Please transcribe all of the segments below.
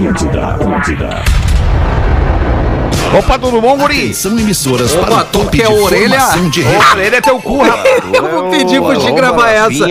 Atlântida, Atlântida. Opa, tudo bom, guri? São emissoras Opa, para o tu top quer de orelha? formação de rede. Opa, ele é teu cu, rapaz. Eu vou pedir pra te gravar essa.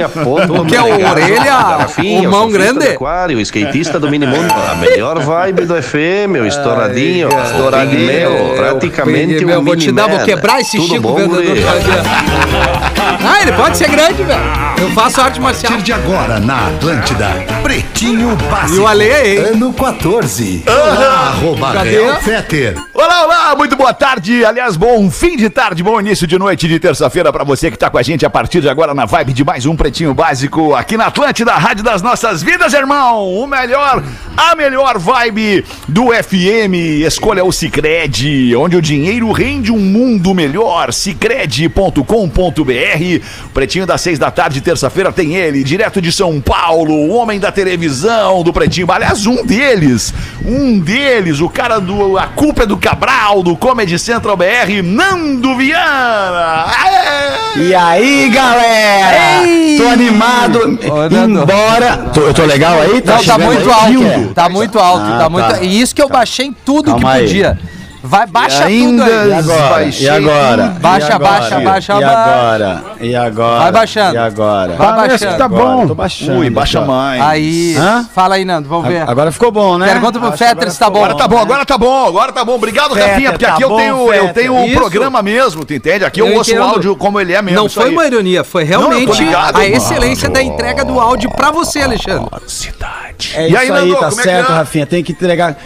Tu quer o orelha? O mão grande? Aquário, skatista do minimundo. A melhor vibe do FM, o estouradinho. É, cara. Estouradinho. é, Meu, praticamente Meu, um vou te dar, vou mini-man. quebrar esse Tudo Chico bom, vendedor guri? de fazenda. Ah, ele pode ser grande, velho. Eu faço arte A marcial. partir de agora na Atlântida. Pretinho Básico. E o Ale aí, hein? Ano 14. Arroba Cadê? Real Fetter. Olá, olá, muito boa tarde. Aliás, bom fim de tarde, bom início de noite de terça-feira pra você que tá com a gente a partir de agora na vibe de mais um Pretinho Básico aqui na Atlântida, a Rádio das Nossas Vidas, irmão. O melhor, a melhor vibe do FM. Escolha o Cicred, onde o dinheiro rende um mundo melhor. Cicred.com.br. Pretinho das seis da tarde, terça-feira, tem ele, direto de São Paulo, o homem da televisão do Pretinho. Aliás, um deles, um deles, o cara do A Culpa é do Cabral, do Comedy Central BR, Nando Viana. Aê! E aí, galera? Tô animado. Ô, Nando. Embora. Tô- eu tô legal aí? Não, tá chegando muito aí? alto. Lindo. Tá muito alto, Ah, tá muito. tá. E isso que eu baixei em tudo Calma que aí. podia. Vai, baixa tudo E aí. agora? Tá E agora? Tá Baixa, E agora? baixa, baixa, E baixa. agora? E agora? Vai baixando. E agora? Vai baixando. tá bom. Tô baixando. Ui, baixa aqui, ó. mais. Aí, Hã? fala aí, Nando, vamos ver. A- Agora ficou bom, né? Pergunta pro Acho Fetter se tá bom. é? Agora tá bom, agora tá bom, agora tá bom. Obrigado, Feta, Rafinha, porque tá aqui eu bom, tenho, eu Feta. tenho o Isso. programa mesmo, tu entende? Aqui eu, Eu ouço entendo. o áudio como ele é mesmo. Não isso foi aí. uma ironia, foi eu tô realmente ligado, a excelência da entrega do áudio pra você, Alexandre. É E isso aí, aí, Nando, tá como é que certo, é? Rafinha. Tem que entregar.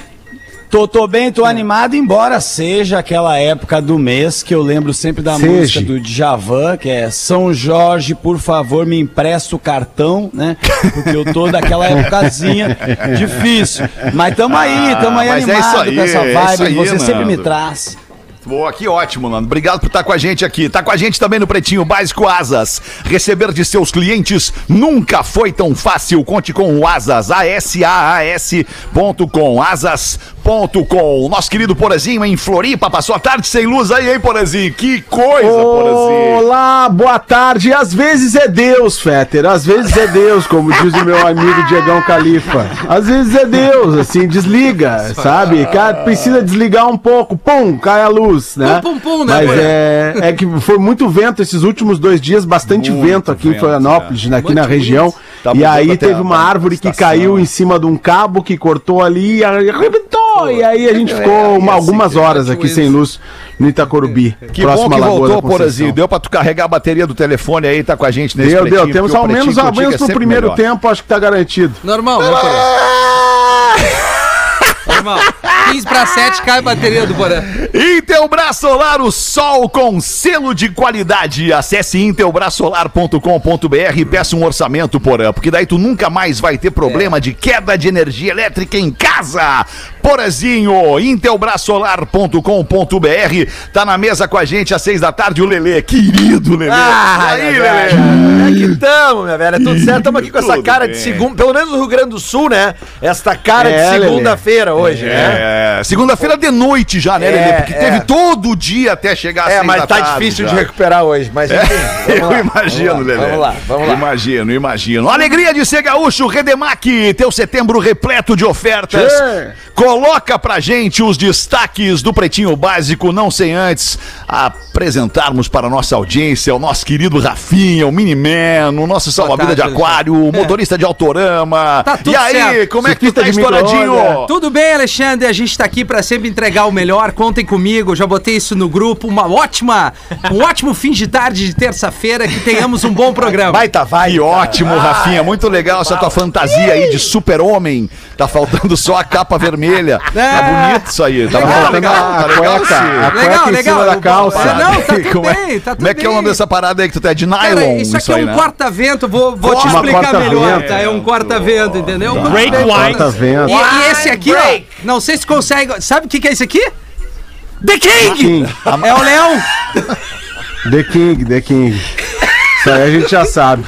Tô, tô bem, tô animado, embora seja aquela época do mês que eu lembro sempre da música do Djavan, que é São Jorge, por favor, me empresta o cartão, né? Porque eu tô daquela épocazinha difícil. Mas tamo aí, tamo aí Ah, mas é animado isso aí, com essa é vibe isso aí, que você sempre me Nando. traz. Boa, que ótimo, Nando. Obrigado por estar com a gente aqui. Tá com a gente também no Pretinho Básico Asas. Receber de seus clientes nunca foi tão fácil. Conte com o Asas, A-S-A-A-S.com, asas.com. Nosso querido Porazinho em Floripa passou a tarde sem luz aí, hein, Porazinho? Que coisa, Porazinho. Olá, boa tarde. Às vezes é Deus, Fetter. Às vezes é Deus, como diz o meu amigo Diegão Califa. Às vezes é Deus, assim, desliga, sabe? Cara, precisa desligar um pouco. Pum, cai a luz, né? Pum, pum, pum, né, Mas Boia? é, é que foi muito vento esses últimos dois dias, bastante vento aqui em Florianópolis, né, aqui na região. Tá e mudando aí até teve a uma árvore que estação, caiu né? em cima de um cabo que cortou ali e arrebentou. E aí a gente ficou uma- algumas horas aqui sem luz no Itacorubi. Que bom que voltou, Porazinho. Deu pra tu carregar a bateria do telefone aí, tá com a gente nesse Deu, Pretinho, deu. Temos porque o ao menos Pretinho contigo é avanço no sempre primeiro melhor. tempo, acho que tá garantido. Normal, né, Porã? Normal. 15 pra 7 cai a bateria do Porã. Intelbras Solar, o sol com selo de qualidade. Acesse intelbrasolar.com.br e peça um orçamento, Porã, porque daí tu nunca mais vai ter problema É. de queda de energia elétrica em casa. Porazinho, intelbrasolar.com.br. Tá na mesa com a gente às seis da tarde o Lelê. Querido Lelê. Ah, Aí, minha Lelê. Hum. velha, é que tamo, minha velha. Tudo certo, tamo aqui com essa Tudo cara de bem. segunda, pelo menos no Rio Grande do Sul, né? Esta cara É, de Lelê. segunda-feira hoje, né? É, segunda-feira de noite já, né, É, Lelê? Porque é. teve todo o dia até chegar às É, seis mas da tá tarde difícil já. de recuperar hoje, mas enfim. vamos Eu lá, imagino, vamos lá, Lelé. Vamos lá, vamos lá. Imagino, imagino. Alegria de ser gaúcho, Redemac, teu setembro repleto de ofertas. Tchê. Coloca pra gente os destaques do Pretinho Básico, não sem antes apresentarmos para a nossa audiência o nosso querido Rafinha, o Miniman, o nosso salva-vida de tarde, aquário, É. o motorista de autorama. Tá tudo e aí, certo. como é que tu Surfista tá de micro-ondas. estouradinho? Tudo bem, Alexandre? A gente tá aqui pra sempre entregar o melhor. Contem comigo, já botei isso no grupo. Uma ótima, um ótimo fim de tarde de terça-feira. Que tenhamos um bom programa. Baita vai. Que ótimo, Ah, Rafinha. Muito legal essa tua fantasia aí de super-homem. Tá faltando só a capa vermelha. Tá bonito isso aí. Tá É. Legal, faltando legal. a- tá legal Cueca, esse- a cueca em cima da Eu- calça. Não, tá tudo como é, bem, tá tudo como é que é o nome bem. dessa parada aí que tu tá de nylon? Cara, isso aqui é um né? corta-vento, vou, vou te Uma explicar corta-vento. melhor, tá? É um corta-vento, entendeu? Muito Break bem, wine. corta- Corta-vento. E, e esse aqui, ó, não sei se consegue. Sabe o que, que é isso aqui? The King! É o leão! The King, The King. Isso aí a gente já sabe.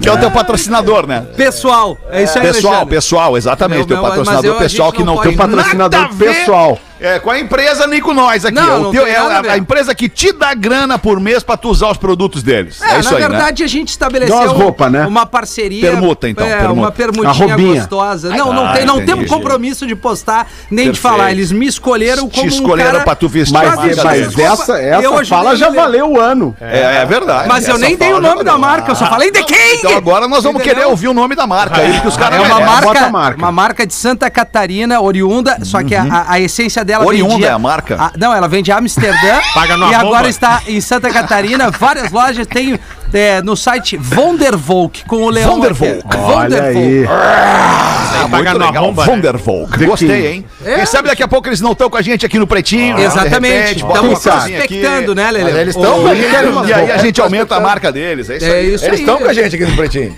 Que é o teu patrocinador, né? Pessoal, é isso aí, Pessoal, Alexandre. pessoal, exatamente. Meu, teu meu, mas patrocinador eu- a pessoal gente que não não tem pode- Patrocinador nada a ver- pessoal. É, com a empresa nem com nós aqui. Não, O não teu- tem é nada a a, ver. a empresa que te dá grana por mês pra tu usar os produtos deles. É, É, isso na aí, né? verdade a gente estabeleceu Dá umas roupa, né? uma parceria. Permuta, então, É, permuta. uma A permutinha roupinha. gostosa. Não, não, Ah, tem, não entendi. temos compromisso de postar nem de Perfeito. falar. Eles me escolheram como. Te um escolheram cara... pra tu vestir. Mas, Mas, mas, desculpa, essa, eu essa ajudei fala ele já a ler. valeu o ano. É, é verdade. Mas eu Essa nem dei o fala já nome da valeu. marca, eu só falei The King! Então agora nós vamos Entendeu? querer ouvir o nome da marca aí, que os caras É uma merecem. bota marca, a marca. uma marca de Santa Catarina, oriunda, só que a- a, a essência dela Oriunda vendia- é a marca? não, ela vende em Amsterdã Paga numa e agora bomba. está em Santa Catarina, várias lojas, tem é, no site Vondervolk, com o Leão. Vondervolk. aqui. Olha Vondervolk. aí. Ah, pagar muito numa legal. bomba, né? Wonderfolk. Gostei, hein? É. Quem sabe daqui a pouco eles não estão com a gente aqui no Pretinho. né? Exatamente. Estamos prospectando, né, Lele? eles tão O- com a gente. E aí a gente aumenta a marca deles. É isso É aí. isso Eles aí, estão né? com a gente aqui no Pretinho.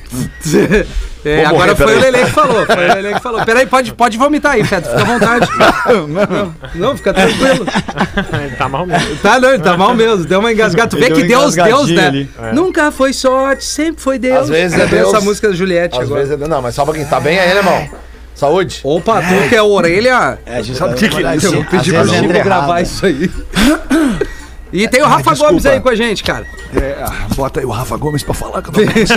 É, Vou agora morrer, foi o peraí. Lele que falou. Foi o Lele que falou. Peraí, pode, pode vomitar aí, Feto. Fica à vontade. Não, não, fica tranquilo. Tá mal mesmo. Tá, não, ele tá mal mesmo. Deu uma engasgada. Tu vê Ele que deu uma Deus, Deus, né? engasgadinha ali. Nunca foi sorte, sempre foi Deus. Às vezes Já é tem Deus. Essa música da Juliette Às agora. vezes, não, mas só pra quem tá bem aí, irmão. Saúde. Opa, tu que é a orelha. É, Sabe o que que é Eu vou pedir pro Chico gravar isso aí. E tem o Rafa Gomes aí com a gente, cara. Bota aí o Rafa Gomes pra falar.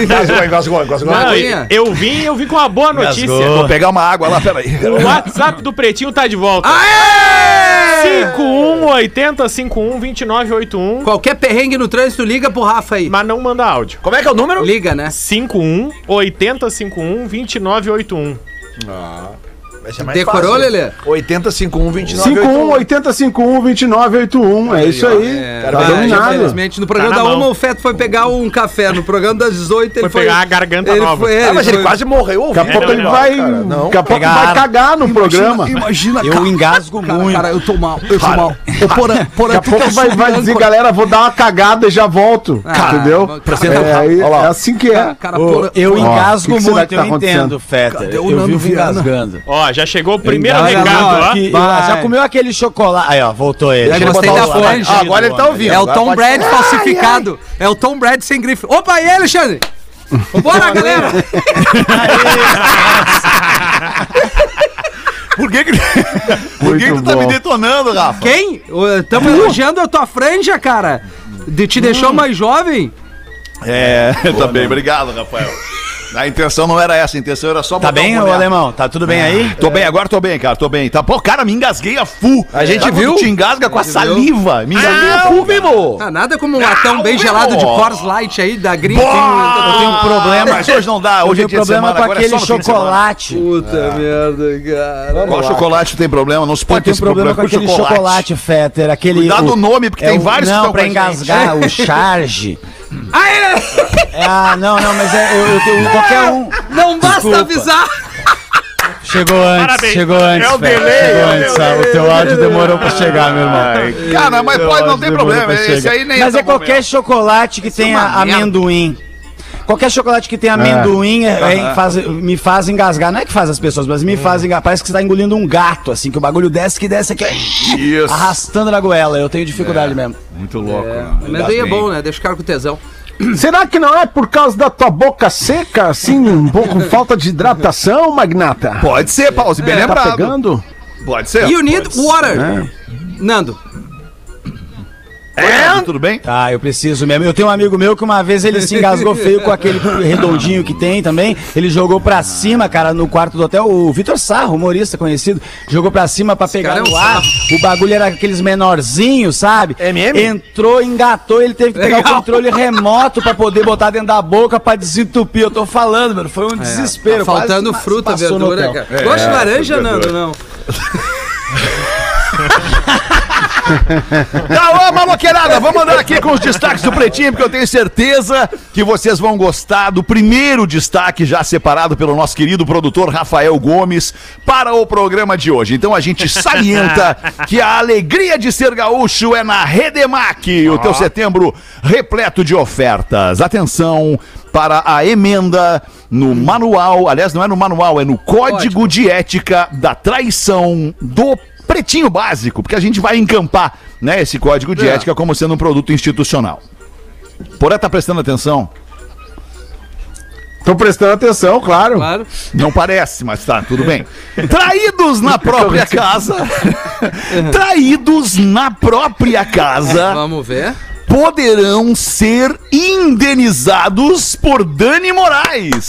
Engasgou, engasgou, engasgou. Não, Não, e- aguinha. eu vim, eu vim com uma boa notícia. Vou pegar uma água lá, peraí. O WhatsApp do Pretinho tá de volta. Aê! 5180 512981, Qualquer perrengue no trânsito, liga pro Rafa aí. mas não manda áudio. Como é que é o número? Liga, né? 5180 51 2981. Decorou, Lelê? 8051 29 51 80 51 29 81. É isso aí. Tá Ah, dominado. Infelizmente, no programa Tá na da Uma, mão. o Feto foi pegar um café. No programa das 18, ele Foi foi. pegar a garganta ele nova. Foi, Ah, mas ele ele foi- quase morreu né? Daqui a ouvindo. pouco ele vai. não. Daqui a pouco Pegar vai ar. cagar no programa. Imagina, Eu engasgo Cara, muito. cara, eu tô mal, eu tô mal. Ô, Porã, Porã, Daqui tu a que é pouco o vai, vai sub-âncora. dizer, galera, vou dar uma cagada e já volto. Ah, entendeu? vamos- Apresenta É, aí- Olha lá. é assim que é. Cara, Ô, porã- eu Ó, engasgo o que que será muito, que tá eu entendo, acontecendo? Feta. Cadê o Eu Nando vivo Viana? engasgando. Ó, já chegou o primeiro Engasgo recado, na ó. hora que- Vai. já comeu aquele chocolate. Aí, ó, voltou ele. Eu Deixa gostei botar da o celular. franja. Ah, Agora ele tá ouvindo. É o Tom Agora Brady falsificado. É o Tom Brady sem grife. Opa, aí, Alexandre! Bora, galera! por que que, por que que tu Muito tá me bom. detonando, Rafa? Quem? Estamos elogiando a tua franja, cara. De- te deixou mais jovem? É, também. Obrigado, Rafael. A intenção não era essa, a intenção era só Tá botar bem, um ô boneco. alemão? Tá tudo bem aí? Tô bem, agora tô bem, cara, tô bem. Tá, pô, cara, me engasguei a fu. A gente Sabe viu? quando Te engasga com a gente saliva. Me engasguei a fu. vivo! Ah, nada como um latão bem meu! gelado de Coors Light aí, da Green. Boa! Eu tenho um problema. Mas hoje não dá, Eu hoje tenho é dia de problema semana, com agora é aquele só no fim de semana. chocolate. Puta merda, cara. Qual chocolate tem problema? Não se Eu pode ter tenho esse um problema com aquele chocolate, Fetter. Aquele, Cuidado o nome, porque é tem o- vários que Não, estão pra com a engasgar, o charge. É, ah, não, não, mas é, eu, eu tenho qualquer um. Não basta Desculpa. avisar! Chegou antes, Parabéns. chegou antes. É o Fetter, delay, chegou é o antes, ah, O teu áudio demorou pra chegar, meu irmão. É, Cara, mas pode, não tem é Demorou problema. pra Esse chegar. aí nem Mas tão é bom qualquer mesmo. chocolate é que tenha uma merda. amendoim. Qualquer chocolate que tenha amendoim é- é- faz- me faz engasgar. Não é que faz as pessoas, mas Hum. me faz engasgar. Parece que você tá engolindo um gato, assim, que o bagulho desce que desce aqui, Isso. arrastando na goela. Eu tenho dificuldade mesmo. Muito louco. né? Mas aí é bom, né? Deixa o cara com tesão. Será que não é por causa da tua boca seca, assim, um pouco com falta de hidratação, magnata? Pode ser, Pause, é bem Tá lembrado. pegando? É, Pode ser. You need water! Nando, tá É? Tudo bem? Tá, eu preciso mesmo. Eu tenho um amigo meu que uma vez ele se engasgou feio com aquele redondinho que tem também. Ele jogou pra cima, cara, no quarto do hotel. O Vitor Sarro, humorista conhecido, jogou pra cima pra pegar cara é um É no ar. O bagulho era aqueles menorzinhos, sabe? MM? Entrou, engatou, ele teve que pegar o controle remoto pra poder botar dentro da boca pra desentupir. Eu tô falando, mano. Foi um desespero. tá faltando Quase fruta, passou no verdura, hotel. cara. Gosta de laranja, Nando? Não. Alô, maloqueirada, vamos andar aqui com os destaques do Pretinho, porque eu tenho certeza que vocês vão gostar do primeiro destaque já separado pelo nosso querido produtor Rafael Gomes para o programa de hoje. Então a gente salienta que a alegria de ser gaúcho é na Redemac, o teu setembro repleto de ofertas. Atenção para a emenda no manual, aliás, não é no manual, é no Código de Ética da Traição do pretinho básico, porque a gente vai encampar né, esse código É. de ética como sendo um produto institucional. Porém, tá prestando atenção? Estão prestando atenção, claro. Claro. Não parece, mas tá, tudo bem. Traídos na própria casa. Traídos na própria casa Vamos ver. poderão ser indenizados por Dani Moraes.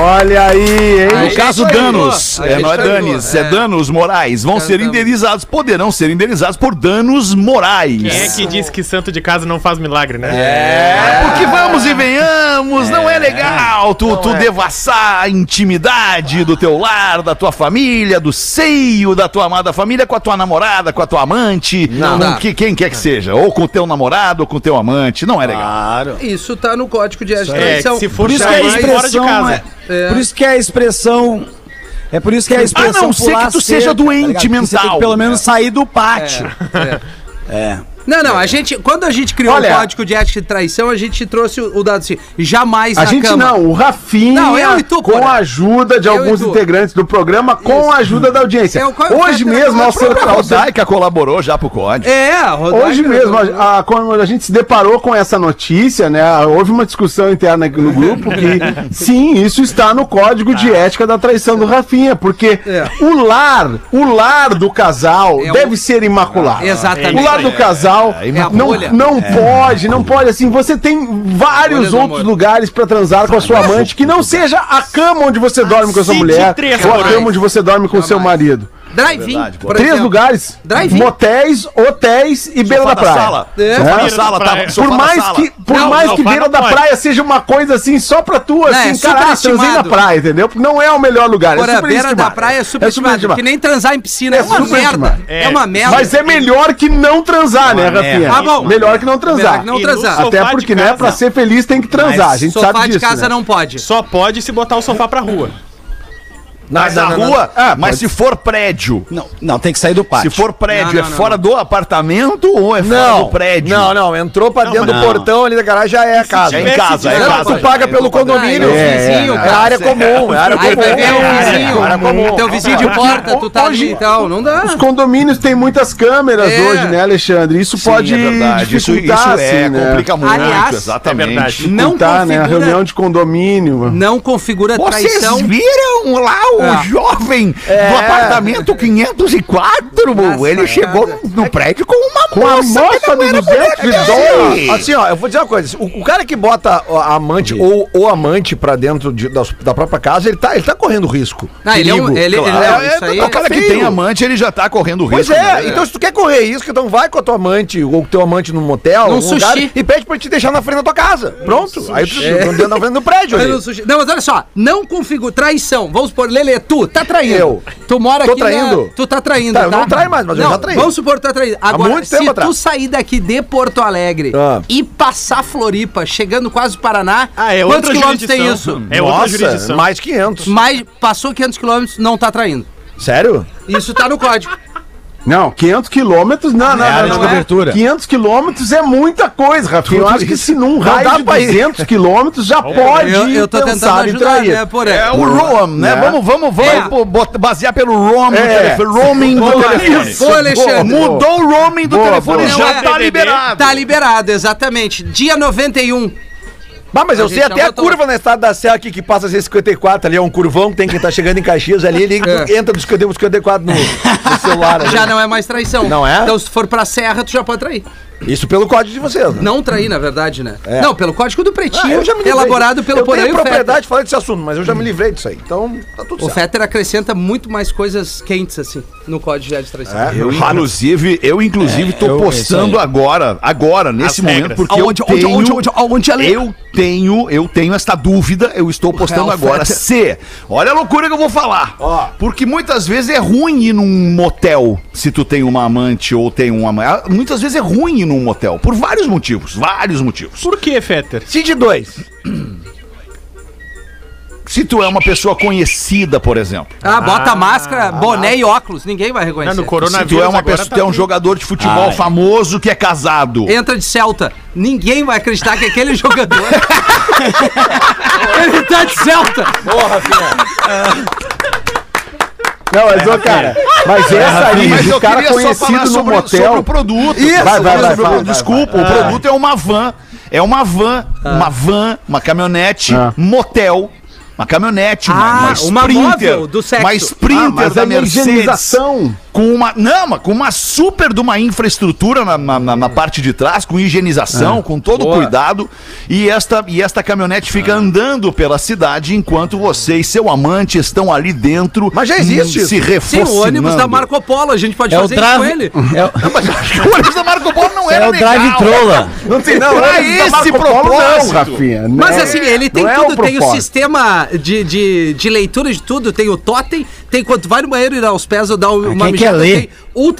Olha aí, hein? No caso, Aí, danos. boa. É, não é Aí, um. boa. danes, é É. danos morais. Vão ser danos. indenizados, poderão ser indenizados por danos morais. Quem é que diz que santo de casa não faz milagre, né? É, porque vamos e venhamos, não é legal tu, tu devassar a intimidade do teu lar, da tua família, do seio da tua amada família com a tua namorada, com a tua amante, com Não dá. que, quem quer que seja, ou com o teu namorado, ou com o teu amante, não é legal. Claro. Isso tá no código de ética de É, traição. que se for Por isso que chamar a é fora de expressão. casa. é- É. Por isso que a expressão. É por isso que a expressão. Ah, não ser pular que tu cerca, seja tá doente ligado? Porque Você tem mental. É. que pelo menos sair do pátio. É. Não, não, a gente. Quando a gente criou o código de ética de traição, a gente trouxe o o dado assim: jamais A na gente cama. não, o Rafinha, Não, eu e tu, com porra. É a ajuda de Eu alguns e tu. integrantes do programa, com a ajuda da audiência. Eu- É qual- Hoje qual- mesmo, qual- ao ser, A ao ser Rodaica colaborou já pro código. É, a Rodaica- Hoje mesmo, a, a- quando a gente se deparou com essa notícia, né? Houve uma discussão interna aqui no grupo que sim, isso está no código de ética da traição do Rafinha, porque Ah. É. o lar, o lar do casal É deve o- ser imaculado. Exatamente. O lar do casal É, é não, imaculado. não pode, não É. pode. Assim, você tem vários Olha, meu outros amor. lugares pra transar com a sua amante que não seja a cama onde você dorme com a sua mulher 23 ou a lugares. cama onde você dorme com o seu Jamais. marido. Drive-in. por Três exemplo. lugares: Drive-in. motéis, hotéis e beira da praia. sala. É. Sofá É. da sala, Praia. tá? Sofá Por da mais sala. que, por Não, mais não, que vai beira na da praia. praia seja uma coisa assim só pra tu, assim, é cara, ah, transei na superestimado. praia, entendeu? Não é o melhor lugar, é Agora, a beira da superestimado. praia é superestimado. superestimado. que nem transar em piscina. É É, uma superestimado. merda. É. É. uma merda. Mas é melhor que não transar, né, Rafinha? Ah, bom. Melhor que não transar. Melhor que não E transar. no Até Sofá de porque, né, casa, pra não. ser feliz tem que transar, a gente Sofá sabe de disso, casa né? não pode. Só pode se botar o sofá pra rua. Mas na rua, mas se for prédio. Não, não, tem que sair do Se pátio. for prédio, Não, não, é não, fora do apartamento ou é fora do prédio? Não, não. Entrou pra dentro do mas- portão ali da garagem, já é casa. É em casa, é em Não, casa. tu paga pelo condomínio. Ah, É, é o vizinho, é cara. área comum, é área Aí vai comum. ver o vizinho. Área comum. Teu vizinho de porta, tu tá ali e tal. Não dá. Os condomínios têm muitas câmeras É. hoje, né, Alexandre? Isso Sim, pode é verdade. Isso, isso dificultar, é, assim, né? complica muito, Aliás, exatamente. é verdade. Não Dificultar, né? A configura- reunião de condomínio. Não configura Vocês traição. viram lá o É. jovem do apartamento 504? Nossa, é ele cara. chegou no, no prédio com uma Com a moça que não moça do era 200 mulher dólares. dele. Assim, ó, eu vou dizer uma coisa. O, o cara que bota a amante ou o amante pra dentro de- da, da própria casa, ele tá, ele tá correndo risco. Não, Ah, ele é um- Assim, Perigo, ele- ele- claro. não, isso aí o cara É, que feio. tem amante, ele já tá correndo Pois risco. é, né? então se tu quer correr risco, então vai com a tua amante ou com o teu amante num motel, Num num lugar, sushi. e pede pra ele te deixar na frente da tua casa. Pronto. Aí tu É. tu anda na frente do prédio. Mas ali. não, sushi- não, mas olha só, não configura. Traição. Vamos supor, Lelê, tu tá traindo. Eu. Tu mora Tô aqui. na- traindo? tu tá traindo. Tá, Tá, eu não traio mais, mas eu já traí. Vamos supor que tu tá traindo. Agora, muito se tempo tu atrás. sair daqui de Porto Alegre Ah. e passar Floripa, chegando quase Paraná, Ah, é quantos outra quilômetros jurisdição. tem isso? É outra Nossa, jurisdição. mais 500. Mas passou 500 quilômetros, não tá traindo. Sério? Isso tá no código. Não, 500 quilômetros, não, não, É não, área não, de não. cobertura. 500 quilômetros é muita coisa, Rafinha. Eu acho que se num raio dá de pra ir. 200 quilômetros já pode eu, eu tô tentando pensar em ajudar, trair. né, Poré? É um o Roam, né? Né? Vamos, vamos, vamos É. pô, bota- basear pelo Roam do É. telefone. Roaming do Boa, telefone. isso, Ô, Alexandre. boa, boa. Mudou o roaming do Boa, telefone, boa. já Não é tá BBB. liberado. Tá liberado, exatamente. Dia 91. Bah, mas A eu gente sei já até a botou. curva na estrada da Sé aqui que passa às vezes 54 ali, é um curvão que tem quem tá chegando em Caxias ali, ele É. entra dos 50 dos 54 no, no celular. ali. Já não é mais traição. Não é? Então, se tu for pra Serra, tu já pode trair. Isso pelo código de vocês. Né? Não trair, na verdade, né? Não, pelo código do Ah, pretinho, eu já me livrei. elaborado pelo eu Porém tenho e o Fetter. propriedade de falar desse assunto, mas eu já me livrei disso aí. Então, tá tudo O certo. Fetter acrescenta muito mais coisas quentes, assim, no código de traição. É. Eu, inclusive, eu, É, inclusive, tô postando agora, agora, nesse momento, regras. porque É. eu tenho... aonde Eu tenho, eu tenho esta dúvida, eu estou postando real agora. fato é- Se, olha a loucura que eu vou falar. Porque muitas vezes é ruim ir num motel, se tu tem uma amante ou tem um amante. Muitas vezes é ruim ir num motel, por vários motivos, vários motivos. Por que, Fetter? Cid 2. Se tu é uma pessoa conhecida, por exemplo. Ah, bota máscara, boné e óculos, ninguém vai reconhecer. no Se coronavírus tu é uma agora pessoa, tá tu é um tudo. Ah, jogador de futebol Ai. famoso que é casado. Entra de Celta, ninguém vai acreditar que aquele jogador. Ele tá de Celta! Não, mas, ô, cara, mas essa aí, Mas de eu cara queria só falar conhecido no sobre, motel. sobre o produto. vai, vai, sobre o vai, produto. vai, Desculpa, o produto é uma van É uma van, uma van, uma caminhonete, Ah. motel. Uma caminhonete, Ah, uma, uma uma Sprinter. móvel do sexo. Uma Ah, Sprinter mas é da uma Mercedes. higienização. Com uma. Não, mas com uma super de uma infraestrutura na, na- na- na parte de trás, com Ah. higienização, com todo o cuidado. E esta, e esta caminhonete fica Ah. andando pela cidade enquanto você e seu amante estão ali dentro. Mas já existe hum, Se Sim, reforçando. o ônibus da Marco Polo, a gente pode É o fazer isso com trave- ele. É, o- Mas eu acho que o ônibus da Marco Polo não era é o legal. drive trola. Não tem não, Pra não é da esse Marco Polo, propósito. Não, Rafinha, Mas Não é- assim, ele tem não é tudo, tem o propósito. sistema de, de, de leitura de tudo, tem o totem, tem quando vai no banheiro e dá os pés ou dá uma quem quer ler? tem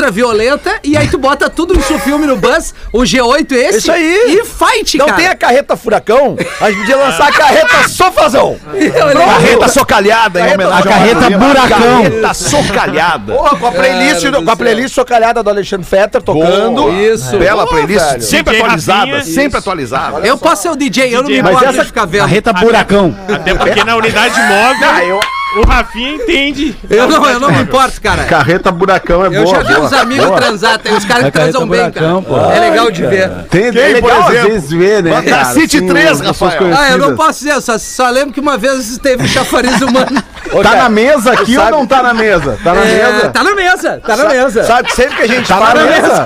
ultraviolenta, e aí tu bota tudo no seu filme no bus, o G8 esse, Isso aí. e fight, Não cara. tem a carreta furacão, a gente podia lançar a carreta sofazão. Carreta socalhada, em Carreta- homenagem ao carreta Madureira. buracão. Carreta socalhada. Porra, com a playlist, Cara do com a playlist socalhada do Alexandre Fetter tocando. Isso. Bela Boa, playlist, velho. sempre DJ atualizada, Rafinha. sempre atualizada. Eu posso ser o DJ, eu não me DJ, importo Mas de essa ficar vendo. carreta buracão. Até porque na unidade móvel, o Rafinha entende. Eu não, eu não me importo, cara. Carreta buracão é Eu boa. já vi boa, uns amigos boa. transar, tem uns caras que É carreta transam bem, cara. buracão, pô. É legal de ver. Tem, Quem, é legal, por exemplo? às vezes ver, né? Bota City três, pessoas Rafael. conhecidas. Ah, eu não posso dizer, eu só, só lembro que uma vez teve um chafariz humano. Tá na mesa aqui ou não tá na mesa? Tá na É, mesa? tá na mesa, tá na mesa. Sabe, sempre que a gente Tá na fala- mesa?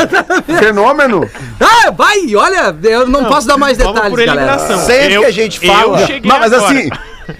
Fenômeno? Ah, vai, olha, eu não, posso dar mais Vamos detalhes, galera. Sempre que a gente fala- Eu cheguei Mas, mas agora. assim,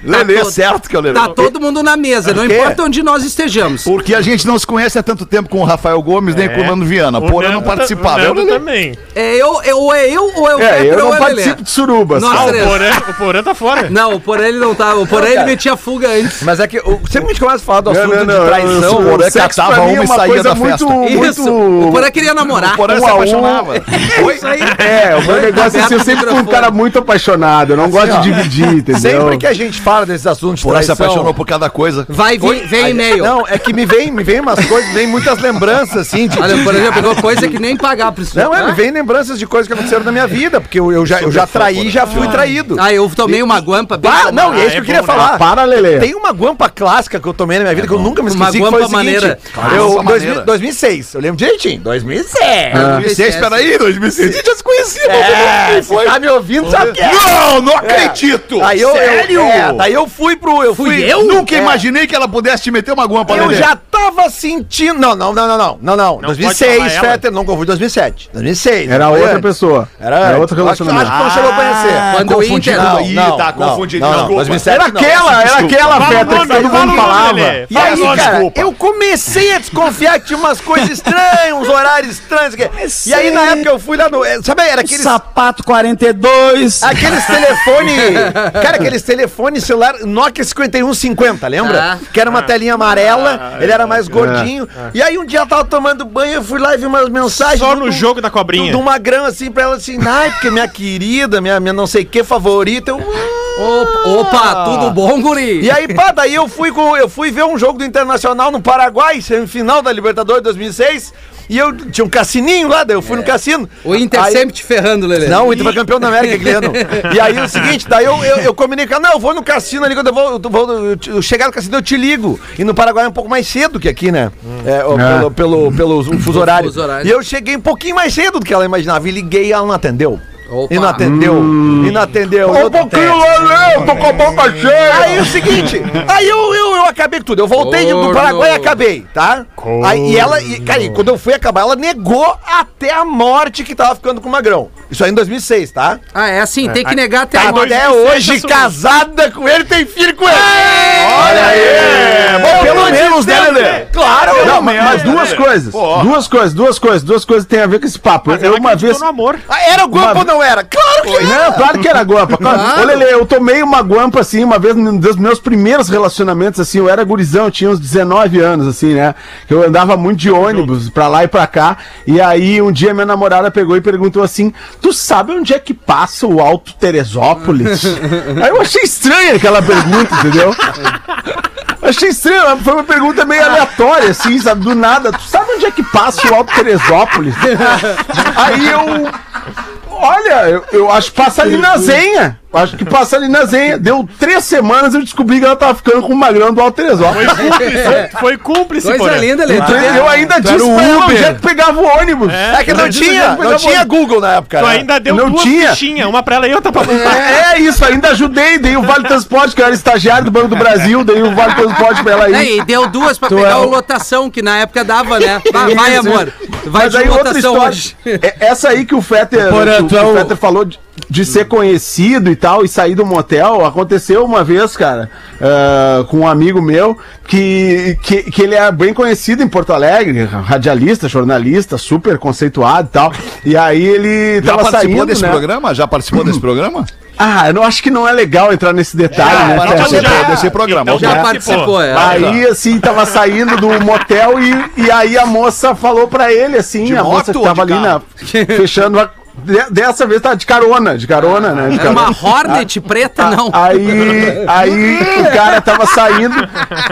Lelê, todo- certo que eu levei. Tá todo mundo na mesa, não importa onde nós estejamos. Porque a gente não se conhece há tanto tempo com o Rafael Gomes nem com o Mano Viana. O Porra, eu não Nando ta- participava. O Eu Nando não- também. É eu, eu, ou é eu, ou é o é, Fetter, eu ou não é o Lelê. participo de suruba. Nós sabe? Ah, o três. Porã, o Porã tá fora. Não, o Porã ele não tava, o Porã ele metia fuga antes. Mas é que o- sempre que a gente começa a falar do assunto de eu traição, sou- Porã sexo catava pra mim é uma e saía coisa da muito, festa. Isso, Muito... o Porã queria namorar. O Porã se Um a um. apaixonava. É isso aí. É, o meu negócio é assim, eu Aberto sempre fui um microfone. cara muito apaixonado, eu não gosto de dividir, entendeu? sempre que a gente fala desses assuntos de Porã se traição... apaixonou por cada coisa. Vai, vem, vem e-mail. Não, é que me vem, me vem umas coisas, vem muitas lembranças, assim, de... Olha, o Porã já pegou coisa que nem pagar pra isso. é Não, é, me né? vem lembranças de coisas que aconteceram na minha vida, porque eu, eu já, eu já traí e já fui traído. Ah, eu tomei uma guampa bem Ah, não, e é Ah, isso que é eu queria bom, né? falar. Para, Lelê. Tem uma guampa clássica que eu tomei na minha vida que eu nunca me Uma esqueci, que foi o guampa seguinte. maneira. Eu, Guampa 2000 maneira. 2006, eu lembro direitinho. 2006. Vocês, peraí, 2006. A gente já se conhecia. não sei É, quem foi. você tá me ouvindo, sabe? que é. Não, não acredito. Aí eu, Sério? Eu, é, daí eu fui pro... Eu fui, eu? Nunca É. imaginei que ela pudesse te meter uma guampa, Eu Lelê. já tava sentindo... Não, não, não, não, não. Não, não. pode 2006, chamar ela. Fetter, não confundi 2007. 2006. Era foi outra antes. pessoa. Era, antes. outro Acho que- relacionamento. Acho que não chegou a conhecer. Quando o Inter. Não, Ah, Não, Ih, não, tá não, confundido. não, não, desculpa. 2007 Era não. aquela, era aquela Fala o feta que nome, fala todo o mundo nome, falava. Lelê. E aí, Fala, cara, desculpa. eu comecei a desconfiar que tinha umas coisas estranhas, uns horários estranhos. que- E aí, na época, eu fui lá no. eh, Sabe, era aqueles. Sapato 42. Aqueles telefone. Cara, aqueles telefone celular Nokia 5150, lembra? Ah. que era uma telinha amarela, ele era mais gordinho. E aí um dia eu tava tomando banho, eu fui lá e vi umas mensagens. Só do- no do- jogo da do- cobrinha. De uma grama assim pra ela assim, ai, porque minha querida, minha, minha não sei que favorita. Eu, "Hum, Opa, opa, tudo bom, guri? Ah. E aí, pá, daí eu fui, com, eu fui ver um jogo do Internacional no Paraguai, semifinal da Libertadores 2006, e eu tinha um cassininho lá, daí eu fui no cassino. É. O Inter Aí- sempre te ferrando, Lelê. Não, o Inter foi campeão da América aquele ano. E aí é o seguinte, daí eu, eu, eu combinei com ela, não, eu vou no cassino ali, quando eu vou, eu vou- eu te- eu chegar no cassino eu te ligo. E no Paraguai é um pouco mais cedo que aqui, né? É, ó, É. Pelo, pelo, pelo o fuso horário. fuso horário. E eu cheguei um pouquinho mais cedo do que ela imaginava, e liguei e ela não atendeu. Opa. E não atendeu, Hum. e não atendeu. Eu- Lelê, eu tô com a boca Aí é o seguinte, aí eu, eu, eu acabei com tudo. Eu voltei do Corno. Paraguai e acabei, tá? Aí, e ela, e, cara, e quando eu fui acabar, ela negou até a morte que tava ficando com o Magrão. Isso aí em 2006, tá? Ah, é assim, tem que negar até Tá a morte. é até 2007 hoje assumiu. casada com ele, tem filho com ele. Olha É, bom, pelo menos, né, Lelê? Claro, Não, não, mas, mas duas coisas. Duas coisas, duas coisas, duas coisas tem a ver com esse papo. eu Ela uma acreditou vez. no amor. Era o guampa ou não era? Claro que era. Não, claro que era guampa. Claro. Ô, Lelê, eu tomei uma guampa, assim, uma vez, num dos meus primeiros relacionamentos, assim, eu era gurizão, eu tinha uns 19 anos, assim, né? Eu andava muito de ônibus, pra lá e pra cá, e aí um dia minha namorada pegou e perguntou assim, tu sabe onde é que passa o Alto Teresópolis? aí eu achei estranha aquela pergunta, entendeu? Achei estranho, mas foi uma pergunta meio aleatória, assim, sabe? Do nada. Tu sabe onde é que passa o Alto Teresópolis? Aí eu. Olha, eu, eu acho que passa ali na zenha. Acho que passa ali na zenha. Deu três semanas eu descobri que ela tava ficando com o magrão do Alteresó. Foi cúmplice, foi cúmplice, Coisa porém. linda, Lê. Tu Eu ainda disse o pra ela Uber. onde é que pegava o ônibus. É. É que não tinha, não tinha Google na época. Tu né? ainda deu Não duas tinha. fichinhas, uma pra ela e outra pra mim. É, é isso, ainda ajudei, dei o Vale Transporte, que eu era estagiário do Banco do Brasil, dei o Vale Transporte pra ela aí. É, e deu duas pra pegar é o o- lotação, que na época dava, né? Vai, vai, Isso, amor. isso. Vai Mas de aí outra lotação história. hoje. É- Essa aí que o Fetter, Porã, que o- tu é que o o- Fetter falou de, de ser conhecido e tal, e sair do motel, aconteceu uma vez, cara, ah, com um amigo meu, que, que, que ele é bem conhecido em Porto Alegre, radialista, jornalista, super conceituado e tal. E aí ele Já tava participou saindo, desse né? programa? Já participou desse programa? Ah, eu não acho que não é legal entrar nesse detalhe, né? É, mas Fetter? você Então já- desse programa, então Já participou, é. Aí, assim, tava saindo do motel e, e aí a moça falou pra ele, assim, a moça moto que ou tava de ali na, fechando a. de- Dessa vez tava de carona, de carona, É né? De Era uma carona. Hornet preta, não. ah, Aí, aí o cara tava saindo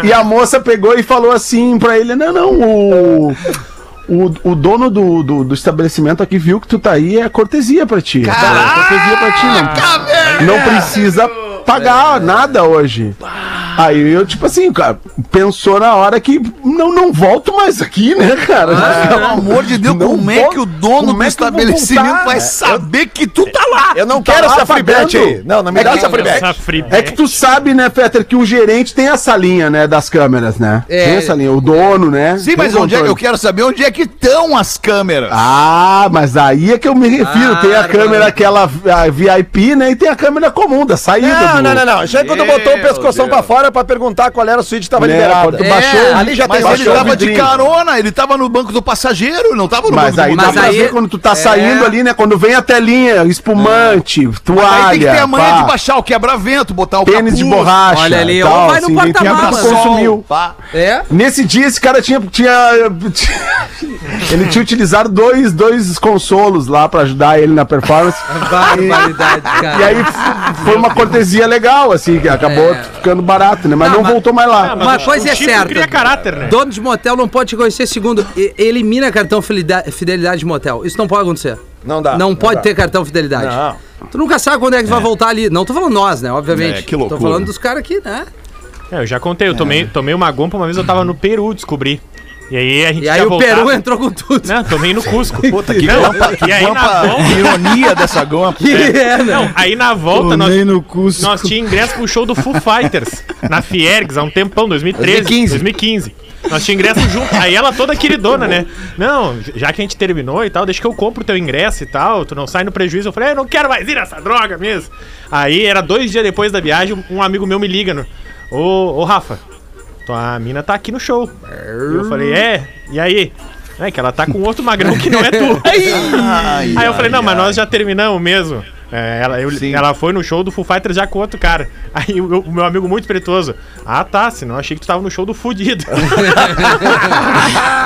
e a moça pegou e falou assim pra ele: Não, não, o. O, o dono do, do, do estabelecimento aqui viu que tu tá aí, é cortesia pra ti. É cortesia pra ti, não. Não precisa pagar nada hoje. Aí eu, tipo assim, cara, pensou na hora que não, não volto mais aqui, né, cara? Ah, Pelo amor de Deus, Não como é vou- que o dono do como é que eu vou estabelecimento voltar? vai É, saber que tu tá lá? Eu não Tá quero lá essa free bet pagando. aí. Não, não me É dá que- essa free bet. Essa free É que tu sabe, né, Fetter, que o gerente tem essa linha, né, das câmeras, né? É. Tem essa linha, o dono, né? Sim, mas Tem o onde é que eu controle. quero saber onde é que estão as câmeras? Ah, mas aí é que eu me refiro. tem a Claro. câmera aquela a VIP, né? E tem a câmera comum da saída. Não, do- não, não, não. Já quando botou o pescoção pra fora pra perguntar qual era a suíte que tava Né, liberada. quando baixou o- ali já Mas tem ele baixou o tava de vidrinho. carona, ele tava no banco do passageiro, não tava no Mas banco aí do dá Mas pra aí- ver quando tu tá saindo é. ali, né? Quando vem a telinha, espumante, toalha. Aí tem que ter a manha pá, de baixar o quebra-vento, botar o Tênis de borracha. Olha ali, tal, ou vai no assim, tem que porta-malas. abrir- Consumiu. Pá. É? Nesse dia, esse cara tinha. tinha ele tinha utilizado dois, dois consolos lá pra ajudar ele na performance. Barbaridade, E cara. aí f- foi uma cortesia legal, assim, que acabou É. ficando barato, né? Mas Não, não, mas- voltou mais lá. Uma coisa é certa. cria caráter, né? Dono de motel não pode te conhecer. Segundo, e- elimina cartão filida- fidelidade de motel. Isso não pode acontecer. Não dá. Não pode dá. ter cartão fidelidade. Tu nunca sabe quando é que tu vai voltar ali. Não tô falando nós, né? Obviamente. É, que loucura. Tô falando dos caras aqui, né? É, eu já contei, eu tomei, tomei uma gompa uma vez, eu tava no Peru, descobri. E aí a gente E aí tinha o voltado- Peru entrou com tudo. Não, tomei no Cusco. Puta, que Não, gompa, que e aí na gompa, volta... ironia dessa gompa. É, né? Não, aí na volta nós, Tomei no Cusco. nós tinha ingresso pro show do Foo Fighters na Fiergs há um tempão, 2013, 2015. 2015. Nós tinha ingresso junto. Aí ela toda queridona, né? Não, já que a gente terminou e tal, deixa que eu compro o teu ingresso e tal, tu não sai no prejuízo. Eu falei, eu não quero mais ir nessa droga mesmo. Aí era dois dias depois da viagem, um amigo meu me liga, no, ô, ô Rafa, tua mina tá aqui no show. E eu falei, é, e aí? É que ela tá com outro magrão que não é tu. Aí eu falei, não, mas nós já terminamos mesmo. É, ela, eu- ela foi no show do Foo Fighters já com outro cara. Aí o, o meu amigo muito espirituoso. Ah, tá, senão eu achei que tu tava no show do fudido.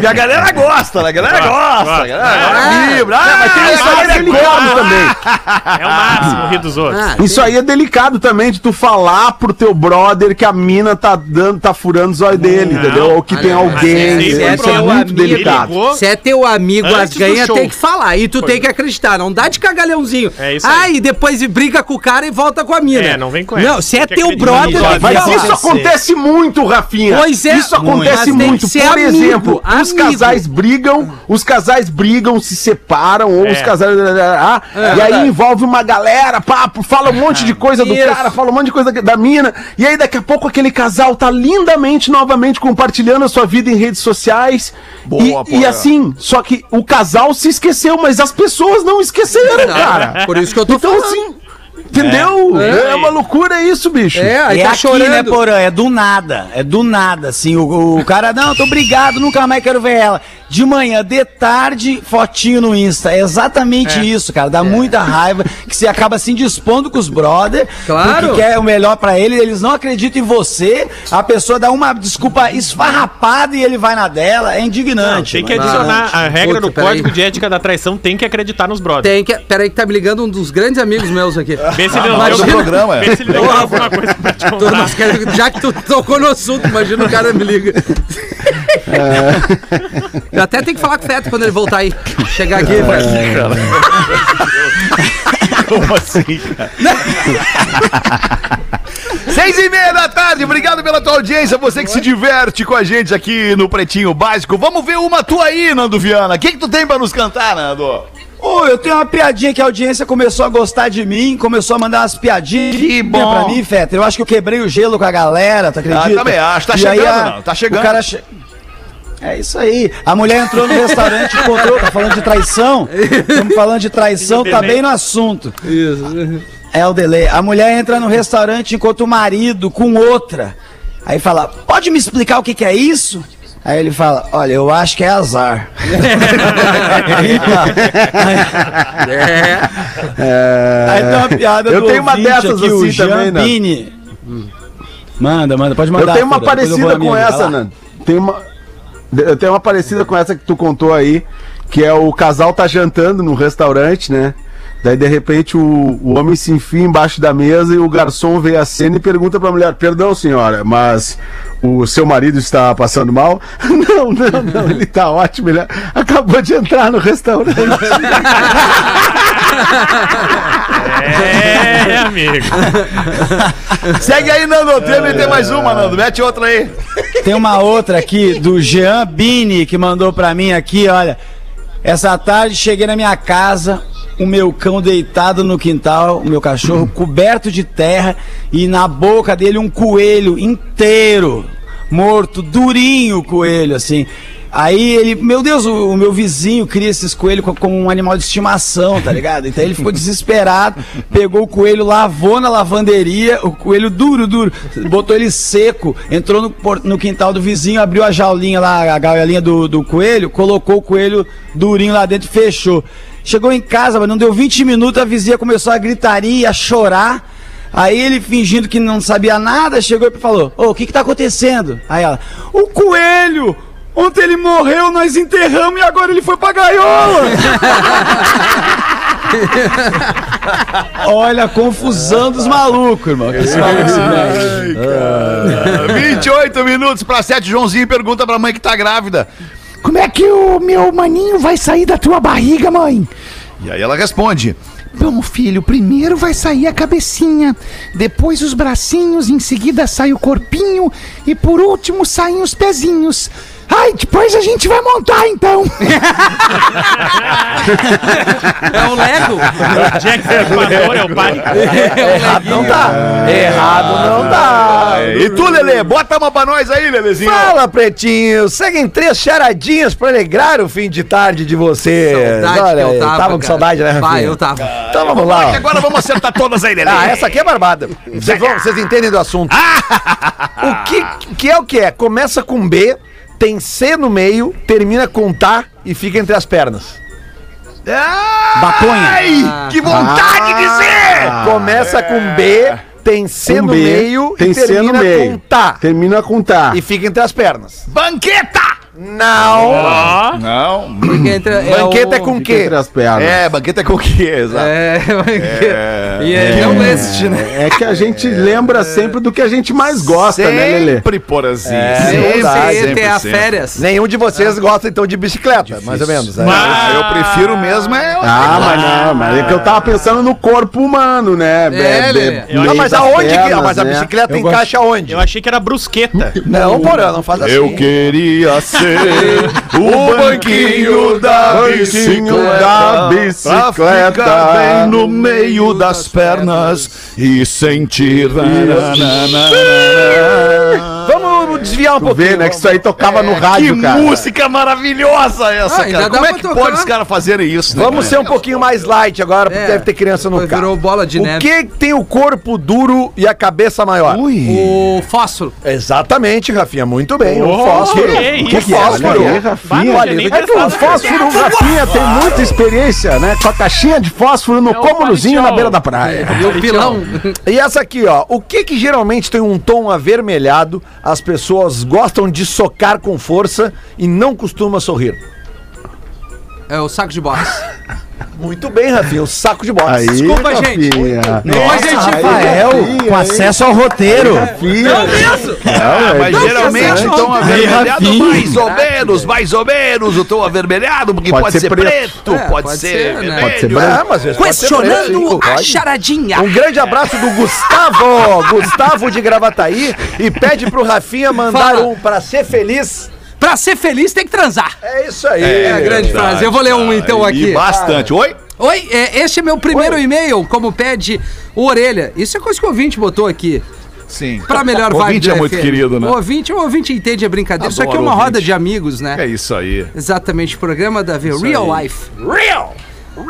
E a galera gosta, né? a galera Ah, gosta, a galera vibra. Ah, mas tem Isso aí é delicado também. é o máximo rir dos outros. Ah, Isso aí é delicado também de tu falar pro teu brother que a mina tá dando, tá furando os olhos dele, entendeu? Ou que tem não, alguém. mas esse Isso aí é, foi pro muito amigo. delicado. ligou, Se é teu amigo, Antes as do ganha show. tem que falar. E tu tem que acreditar. Não dá de cagalhãozinho. É isso Ah, aí. e depois briga com o cara e volta com a mina. É, não vem com essa. Não, se é Tem que teu acreditar. brother, tem que Mas falar. isso é acontece muito, Rafinha. Pois é, Isso mas acontece tem que muito. ser Por amigo, exemplo, os amigo. casais brigam, os casais brigam, se separam, ou É. os casais. Ah, É e aí envolve uma galera, papo, fala um É monte de coisa do Isso. cara, fala um monte de coisa da mina. E aí daqui a pouco aquele casal tá lindamente novamente compartilhando a sua vida em redes sociais. Boa, e, e porra. assim, só que o casal se esqueceu, mas as pessoas não esqueceram, Não, cara. Por isso que eu É tô Então, falando. assim. Entendeu? É. uma loucura isso, bicho. É, aí é tá aqui, chorando. né, Porã? É do nada. É do nada, assim. O, o cara, não, tô brigado, nunca mais quero ver ela. De manhã, de tarde, fotinho no Insta. É exatamente isso, cara. É. Dá muita raiva que você acaba se indispondo com os brother. Claro. Porque quer o melhor pra ele, eles não acreditam em você. A pessoa dá uma desculpa esfarrapada e ele vai na dela. É indignante. Tem que mano. adicionar a regra Puta, do código peraí. de ética da traição, tem que acreditar nos brothers. Tem que. Peraí, que tá me ligando um dos grandes amigos meus aqui. Vê se ele não mas deu do programa, é. Vê se ele não deu alguma coisa pra te Tu- contar. nós queremos- já que tu tocou no assunto, imagina o cara me liga. É. Eu até tenho que falar com o Feto quando ele voltar aí. Chegar aqui, Feto. Como assim, cara? Seis e meia da tarde, obrigado pela tua audiência, você que se diverte com a gente aqui no Pretinho Básico. Vamos ver uma tua aí, Nando Viana. O que, que tu tem pra nos cantar, Nando? Ô, eu tenho uma piadinha que a audiência começou a gostar de mim, começou a mandar umas piadinhas Que bom. pra mim, Feta. Eu acho que eu quebrei o gelo com a galera, tu acredita? Ah, também acho. Tá E aí chegando, a- não. Tá chegando. O cara che- É isso aí. A mulher entrou no restaurante, encontrou, tá falando de traição. Estamos falando de traição, tá bem no assunto. Isso. É o delay. A mulher entra no restaurante, encontra o marido com outra. Aí fala: "Pode me explicar o que que é isso?" Aí ele fala: "Olha, eu acho que é azar." É. Aí tem uma piada Eu do tenho uma ouvinte dessas aqui, o assim Jean também, Nando. Bini. Manda, manda, pode mandar. eu tenho uma Fera, depois eu vou parecida na minha, com vai essa, né? lá. Nando. Tem uma, eu tenho uma parecida com essa que tu contou aí, que é o casal tá jantando num restaurante, né? Daí, de repente, o, o homem se enfia embaixo da mesa e o garçom vê a cena e pergunta pra mulher: Perdão, senhora, mas o seu marido está passando mal? Não, não, não, ele tá ótimo, ele acabou de entrar no restaurante. É, amigo. Segue aí, Nando. Tem, tem mais uma, Nando. né? Mete outra aí. Tem uma outra aqui do Jean Bini que mandou pra mim aqui, olha. Essa tarde cheguei na minha casa, o meu cão deitado no quintal, o meu cachorro coberto de terra e na boca dele um coelho inteiro, morto, durinho o coelho assim. Aí ele, meu Deus, o, o meu vizinho cria esses coelhos co- como um animal de estimação, tá ligado? Então ele ficou desesperado, pegou o coelho, lavou na lavanderia, o coelho duro, duro, botou ele seco, entrou no, por- no quintal do vizinho, abriu a jaulinha lá, a gaiolinha do, do coelho, colocou o coelho durinho lá dentro e fechou. Chegou em casa, mas não deu 20 minutos, a vizinha começou a gritaria, a chorar. Aí ele fingindo que não sabia nada, chegou e falou: Ô, o que que tá acontecendo? Aí ela: O coelho! Ontem ele morreu, nós enterramos e agora ele foi pra gaiola! Olha a confusão dos malucos, irmão. Que esse maluco se mete. 28 minutos pra 7. Joãozinho pergunta pra mãe que tá grávida: Como é que o meu maninho vai sair da tua barriga, mãe? E aí ela responde: Bom, filho, primeiro vai sair a cabecinha, depois os bracinhos, em seguida sai o corpinho e por último saem os pezinhos. Ai, depois a gente vai montar então. É um Lego. Jack Sparrow é o pai. Errado não tá. Errado não tá. É. E tu, Lelê, bota uma pra nós aí, Lelezinho. Fala, pretinho! Seguem três charadinhas pra alegrar o fim de tarde de você. Saudade que eu tava. com cara. saudade, né, Rafinha? Vai, eu tava. Então vamos lá. ó. Agora vamos acertar todas aí, Lelê. Ah, essa aqui é barbada. Vocês, vão- vocês entendem do assunto. o que, que é o que é? Começa com B, tem C no meio, termina com tá e fica entre as pernas. Baconha. Ai, que vontade de ser! Começa com B, tem C Com no B, meio tem e C no termina meio. com tá Termina com tá. e fica entre as pernas. Banqueta! Não. Ó, Não. Porque entre- é Banqueta é o- com Fica quê? entre as pernas. É, banqueta é com o quê, exato? É, banqueta. E é, um não este, né? É que a gente É. lembra sempre do que a gente mais gosta, né, Lelê? Sempre, porazinho. é Sempre, tem a férias. Nenhum de vocês gosta então de bicicleta, mais ou menos. né? Ah, eu prefiro mesmo é... Ah, mas não, mas é que eu tava pensando no corpo humano, né? É, Lelê. be- Não, mas das aonde que. pernas, ah, Mas a né? bicicleta Eu encaixa onde? eu achei que era brusqueta. Não, porra, não faz assim. Eu queria ser Tá o banquinho da Banquinho da bicicleta pra ficar bem bicicleta. no meio das pernas e sentir... Vamos desviar um Tu vê, pouquinho. É, né? Que isso aí tocava no rádio, que cara. música maravilhosa essa, Ah, ainda cara. dá Como é pra que tocar. pode os caras fazerem isso, né, Vamos cara? É. ser um pouquinho mais light agora, porque É, deve ter criança no foi- carro. virou bola de O neve. que tem o corpo duro e a cabeça maior? O fósforo. Exatamente, Rafinha, muito bem. o Oh, fósforo. que O isso, fósforo? olha Vai, aí, Rafinha. não tinha nem É que o pensado. fósforo, o Rafinha tem muita experiência, né? Com a caixinha de fósforo no É o cômorozinho na paletó. beira da praia. E o pilão. E essa aqui, ó. O que que geralmente tem um tom avermelhado, as pessoas gostam é de socar com força e não costuma sorrir? É o saco de boxe. Muito bem, Rafinha, o saco de boxe. Aí, Desculpa, gente. Rafinha. Depois a gente vai. Rafael, aí, com aí. acesso ao roteiro. Ah, Então, mas Não, geralmente o tom avermelhado, Rafinha. mais ou menos, mais ou menos, o tom avermelhado, porque pode, Pode ser ser preto, É, pode, pode ser, ser, né? vermelho. Pode ser Ah, branco. mas às vezes pode ser preto, Questionando hein? a Pode. Tá. charadinha. Um grande abraço do Gustavo, Gustavo de Gravataí, e pede pro Rafinha mandar Fala. um pra ser feliz. Pra ser feliz tem que transar. É isso aí. É a grande frase. Eu vou ler um então E aqui. bastante. Oi? Oi, é, este é meu primeiro e-mail, como pede o Orelha. Isso é coisa que o ouvinte botou aqui. Sim. Pra melhor vibe Ouvinte do é muito FM. querido, né? O ouvinte, o ouvinte entende a Tá brincadeira. Isso aqui é Adoro uma roda ouvinte. de amigos, né? É isso aí. Exatamente, programa da V Real Life. Real!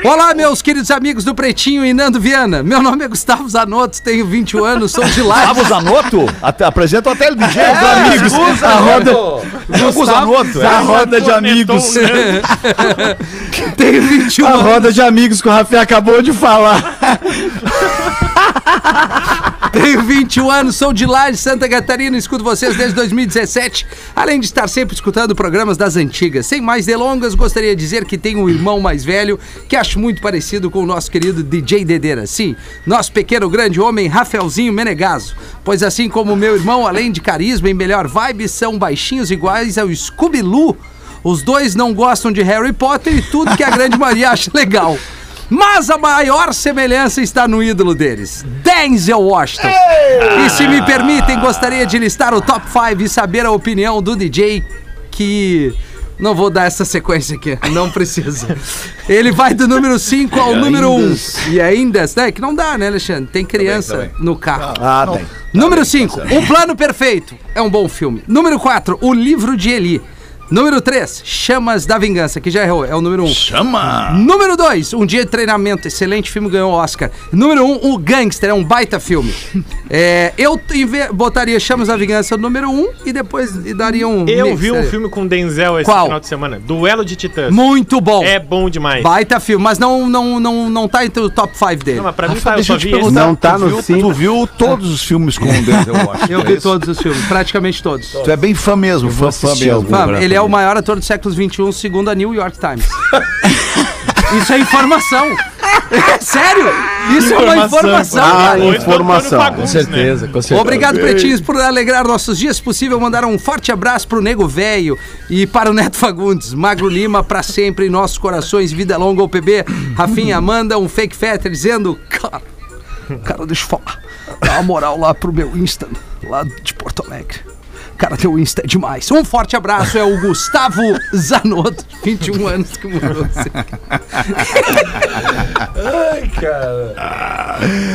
Olá, meus queridos amigos do Pretinho e Nando Viana. Meu nome é Gustavo Zanotto, tenho 20 anos, sou de lá. Gustavo Zanotto? Até, apresenta o hotel de Gê, os amigos. A roda, é. Gustavo Zanotto. a roda de amigos. tenho 21 A anos. roda de amigos que o Rafael acabou de falar. Tenho 21 anos, sou de lá de Santa Catarina, escuto vocês desde 2017, além de estar sempre escutando programas das antigas. Sem mais delongas, gostaria de dizer que tenho um irmão mais velho que acho muito parecido com o nosso querido DJ Dedeira. Sim, nosso pequeno grande homem, Rafaelzinho Menegaso. Pois assim como meu irmão, além de carisma e melhor vibe, são baixinhos iguais ao Scooby-Loo. Os dois não gostam de Harry Potter e tudo que a grande Maria acha legal. Mas a maior semelhança está no ídolo deles, Denzel Washington. E se me permitem, gostaria de listar o top 5 e saber a opinião do DJ que. Não vou dar essa sequência aqui, não precisa. Ele vai do número 5 ao número 1. Um. E ainda, né, que não dá, né, Alexandre? Tem criança no carro. Ah, tem. Número 5, Um Plano Perfeito. É um bom filme. Número 4, O Livro de Eli. Número 3, Chamas da Vingança, que já errou, é o número 1. Um. Chama! Número 2, Um Dia de Treinamento. Excelente filme, ganhou o Oscar. Número 1, um, O Gangster, é um baita filme. É, eu t- inve- botaria Chamas da Vingança no número 1 um, e depois e daria um. Eu mix, vi um é. filme com Denzel esse Qual? final de semana. Duelo de Titãs. Muito bom. É bom demais. Baita filme, mas não, não, não, não tá entre o top 5 dele. Não, mas Ah, pra mim tá, eu só vi esse. Não Tu tá viu, no tu cinco. viu todos os filmes com o Denzel Washington? eu vi é isso? todos os filmes, praticamente todos. Tu é bem fã mesmo, fã, fã mesmo. Fam, ele é o maior ator do século XXI, um, segundo a New York Times. Isso é informação. Sério? Isso é uma informação. Ah, cara. Depois do Antônio informação, Fagundes, né? com certeza. Obrigado, pretinhos, por alegrar nossos dias. Se possível, mandar um forte abraço pro Nego Velho e para o Neto Fagundes. Magro Lima, pra sempre em nossos corações. Vida longa ao PB. Rafinha manda um fake feta dizendo: Cara, cara, deixa eu falar. Dá uma moral lá pro meu Insta, lá de Porto Alegre. Cara, teu Insta é demais. Um forte abraço, é o Gustavo Zanotto, 21 anos que mudou. assim.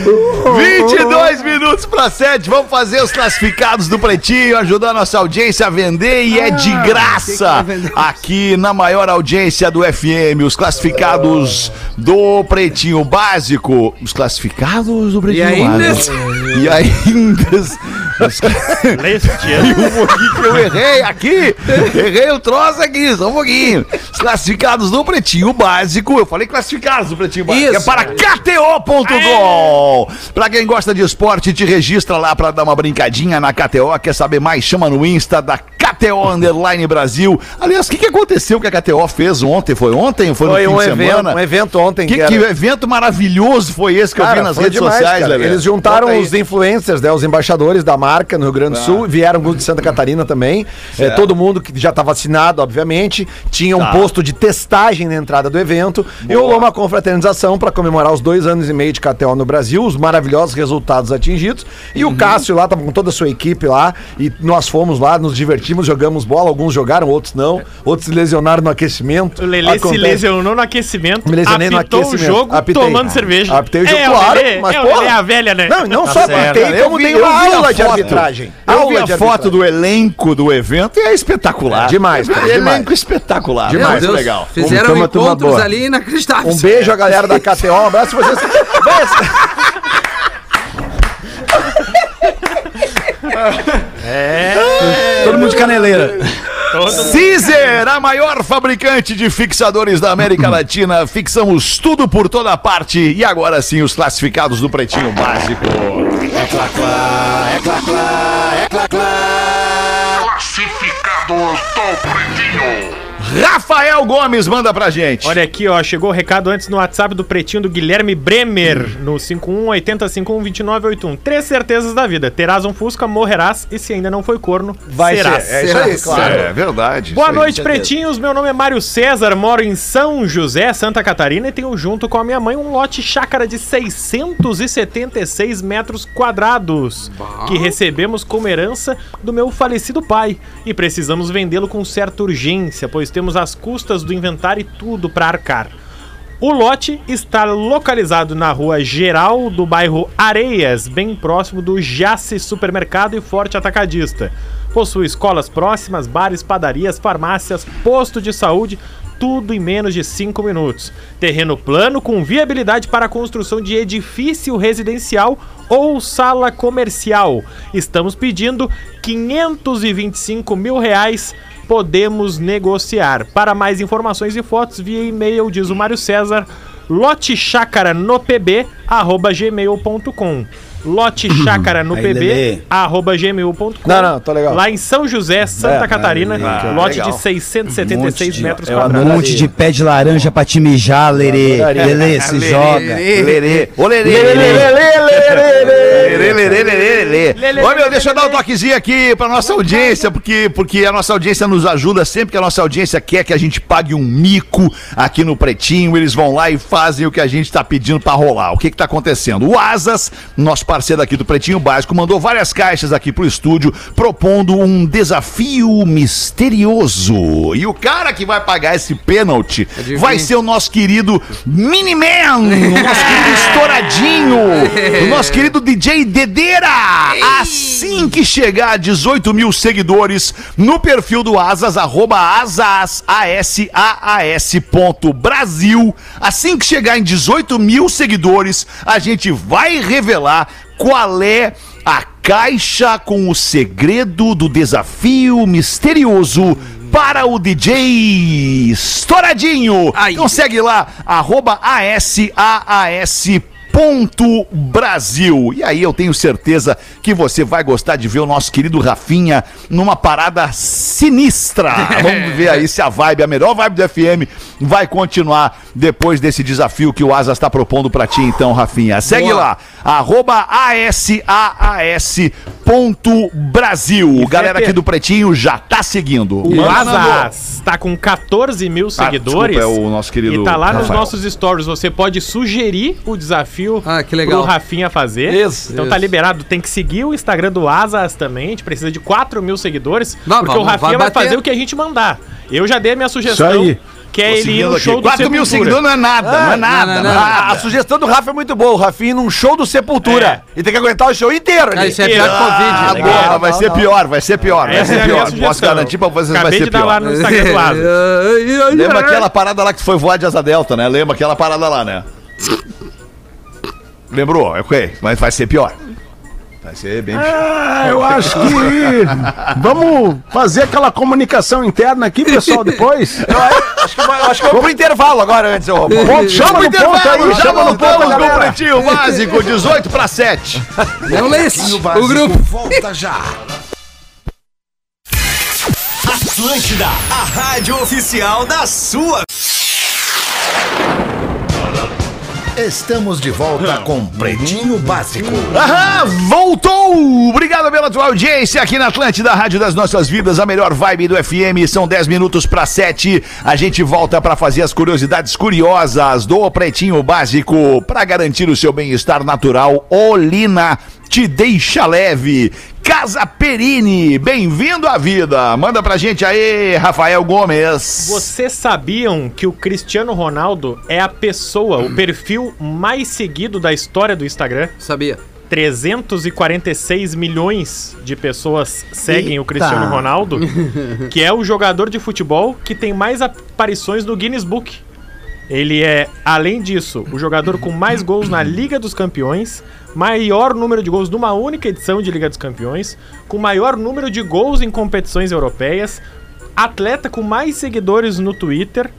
Oh, 22 minutos para 7. Vamos fazer os classificados do Pretinho, ajudar a nossa audiência a vender e é de graça. Aqui na maior audiência do FM, os classificados do Pretinho Básico. Os classificados do Pretinho ainda- Básico. E ainda. Os... Leste ano. Um Eu errei aqui, errei o troço aqui, só um pouquinho. Os classificados do Pretinho Básico, eu falei classificados do Pretinho Básico, Isso. é para KTO.com. Pra quem gosta de esporte, te registra lá pra dar uma brincadinha na KTO, quer saber mais, chama no Insta da KTO Underline Brasil. Aliás, o que, que aconteceu que a KTO fez ontem? Foi ontem? Foi no Foi fim um de evento, semana? um evento ontem que, era- que evento maravilhoso foi esse que eu Cara, vi nas foi redes demais, sociais, cara. Lelê? Eles juntaram Conta aí. os influencers, né, os embaixadores da marca no Rio Grande do Tá. Sul, vieram com os de Santa Uhum. Catarina também. É, todo mundo que já está vacinado, obviamente. Tinha um Tá. posto de testagem na entrada do evento. E rolou uma confraternização para comemorar os dois anos e meio de KTO no Brasil, os maravilhosos resultados atingidos. E Uhum. o Cássio lá estava com toda a sua equipe lá. E nós fomos lá, nos divertimos, jogamos bola. Alguns jogaram, outros não. Outros se lesionaram no aquecimento. O Lelê Acontece. se lesionou no aquecimento, Me lesionei no apitou o aquecimento. jogo Apitei. tomando cerveja. Apitei o jogo, é, claro, o Lelê, mas, é, o porra. Lelê é a velha, né? Não, e não só Cara, batei, Tá eu como vi, dei eu uma vi a aula de foto. arbitragem. Eu vi Aula a de foto arbitragem. do elenco do evento e é espetacular. Demais, cara, elenco demais. espetacular. Demais. muito Deus. legal. Fizeram Como turma, turma encontros boa. ali inacreditáveis. Um beijo à galera da KTO, um abraço pra vocês. Vai- Todo mundo de caneleira. Caesar, a maior fabricante de fixadores da América Latina. Fixamos tudo por toda parte. E agora sim, os classificados do Pretinho Básico. Classificados do Pretinho. Rafael Gomes manda pra gente. Olha aqui, ó, chegou o recado antes no WhatsApp do Pretinho do Guilherme Bremer, no 5180512981. Três certezas da vida: terás um Fusca, morrerás e se ainda não foi corno, Vai serás. ser. É isso aí, claro. É verdade. Boa isso aí. noite, pretinhos. Meu nome é Mário César, moro em São José, Santa Catarina e tenho junto com a minha mãe um lote chácara de 676 metros quadrados que recebemos como herança do meu falecido pai e precisamos vendê-lo com certa urgência, pois temos as custas do inventário e tudo para arcar. O lote está localizado na rua Geral do bairro Areias, bem próximo do Jace Supermercado e Forte Atacadista. Possui escolas próximas, bares, padarias, farmácias, posto de saúde, tudo em menos de 5 minutos. Terreno plano com viabilidade para a construção de edifício residencial ou sala comercial. Estamos pedindo 525 mil reais podemos negociar. Para mais informações e fotos, via e-mail, diz o Mário César, lotechacaranopb.gmail.com Aí, Lelê. lotechacaranopb.gmail.com Não, não, tô legal. Lá em São José, Santa É, Catarina, ah, lote legal. de 676 metros Um quadrados. monte de pé de laranja pra te mijar, Lerê. Adoraria. Lelê, se joga. Lerê. Ô, Lerê. Lerê. Lerê, lerê, lerê, lerê. Ô, meu, deixa eu dar um toquezinho aqui pra nossa audiência, porque, porque a nossa audiência nos ajuda sempre que a nossa audiência quer que a gente pague um mico aqui no Pretinho. Eles vão lá e fazem o que a gente tá pedindo pra rolar. O que que tá acontecendo? O Asas, nosso parceiro aqui do Pretinho Básico, mandou várias caixas aqui pro estúdio propondo um desafio misterioso. E o cara que vai pagar esse pênalti Adivinha. vai ser o nosso querido Miniman, o nosso querido estouradinho, o nosso querido DJ Dedeira. Assim que chegar a 18 mil seguidores no perfil do Asas, arroba asas, A-S-A-A-S ponto Brasil, assim que chegar em 18 mil seguidores, a gente vai revelar qual é a caixa com o segredo do desafio misterioso para o DJ Estouradinho. Ai. Então segue lá, arroba ASAAS. Ponto Brasil. E aí eu tenho certeza que você vai gostar de ver o nosso querido Rafinha numa parada sinistra. Vamos ver aí se a vibe, a melhor vibe do FM, vai continuar depois desse desafio que o Asa está propondo pra ti, então, Rafinha. Segue Boa. lá, arroba ASAAS. Ponto Brasil. Galera aqui do Pretinho já tá seguindo. O Manda- Asas tá com 14 mil Ah, seguidores. desculpa, é o nosso querido. E tá lá nos Rafael. nossos stories. Você pode sugerir o desafio Ah, que legal. pro Rafinha fazer. Isso, então isso. tá liberado. Tem que seguir o Instagram do Asas também. A gente precisa de 4 mil seguidores. Não, porque vamos, o Rafinha vai vai, bater. fazer o que a gente mandar. Eu já dei a minha sugestão. Isso aí. Que é ele ir Seguindo no aqui. show do 4 mil Sepultura. seguidores não é nada, não é nada. não, não é não. nada. A, a sugestão do Rafa é muito boa. O Rafinha num show do Sepultura. É. E tem que aguentar o show inteiro. Ah, ali. isso é pior que Ah, Covid. boa, Não, vai não, ser não. pior, vai ser pior, vai né, Essa é ser a minha pior. Posso sugestão. garantir pra vocês vai Acabei ser de dar lá pior. no né? Instagram do Asas. Lembra aquela parada lá que tu foi voar de asa delta, né? Lembra aquela parada lá, né? Lembrou? Ok, mas vai ser pior. Vai ser bem pior. Ah, eu acho que. Vamos fazer aquela comunicação interna aqui, pessoal, depois. Eu acho que, vai- eu acho que eu vou pro intervalo agora antes, ô Romulo. Ponto, chama no ponto aí, chama no ponto, Vamos com o galera. pretinho básico, 18 para 7. Não lê esse, o grupo. Volta já. Atlântida, a rádio oficial da sua. Estamos de volta com Pretinho Básico. Ah. Aham, voltou! Obrigado pela tua audiência aqui na Atlântida, a Rádio das Nossas Vidas, a melhor vibe do FM. São 10 minutos para 7. A gente volta para fazer as curiosidades curiosas do Pretinho Básico para garantir o seu bem-estar natural. Olina te deixa leve. Casa Perini, bem-vindo à vida. Manda pra gente aí, Rafael Gomes. Vocês sabiam que o Cristiano Ronaldo é a pessoa, o perfil mais seguido da história do Instagram? Sabia. 346 milhões de pessoas seguem o Cristiano Ronaldo, que é o jogador de futebol que tem mais aparições no Guinness Book. Ele é, além disso, o jogador com mais gols na Liga dos Campeões, maior número de gols numa única edição de Liga dos Campeões, com maior número de gols em competições europeias, atleta com mais seguidores no Twitter,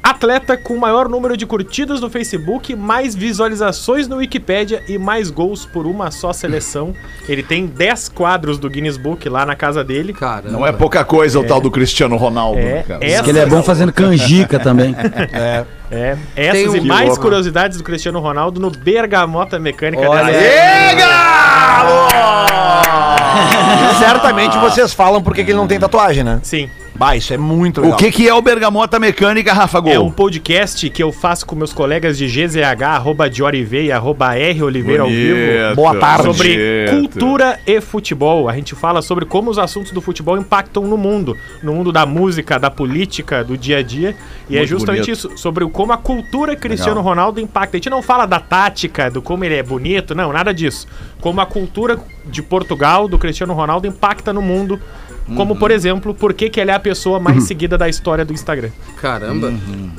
Atleta com maior número de curtidas no Facebook, mais visualizações no Wikipédia e mais gols por uma só seleção. Ele tem 10 quadros do Guinness Book lá na casa dele. Cara, Não é pouca coisa o tal do Cristiano Ronaldo, né, cara? essa- Que ele é bom fazendo canjica também. É, essas um- e Que mais louco. curiosidades do Cristiano Ronaldo no Bergamota Mecânica Olha dessa- Ê, galo! Certamente vocês falam porque que ele não tem tatuagem, né? Sim. Bah, isso é muito O que, que é o Bergamota Mecânica, Rafa Gol? É um podcast que eu faço com meus colegas de GZH, arroba Dioriv e arroba R Oliveira ao vivo. Boa tarde. Sobre cultura e futebol. A gente fala sobre como os assuntos do futebol impactam no mundo. No mundo da música, da política, do dia a dia. E é Muito justamente bonito. isso, sobre o- como a cultura Cristiano Ronaldo impacta. A gente não fala da tática, do como ele é bonito, não, nada disso. Como a cultura de Portugal, do Cristiano Ronaldo, impacta no mundo. Como, Uhum. por exemplo, por que, que ele é a pessoa mais seguida da história do Instagram. caramba.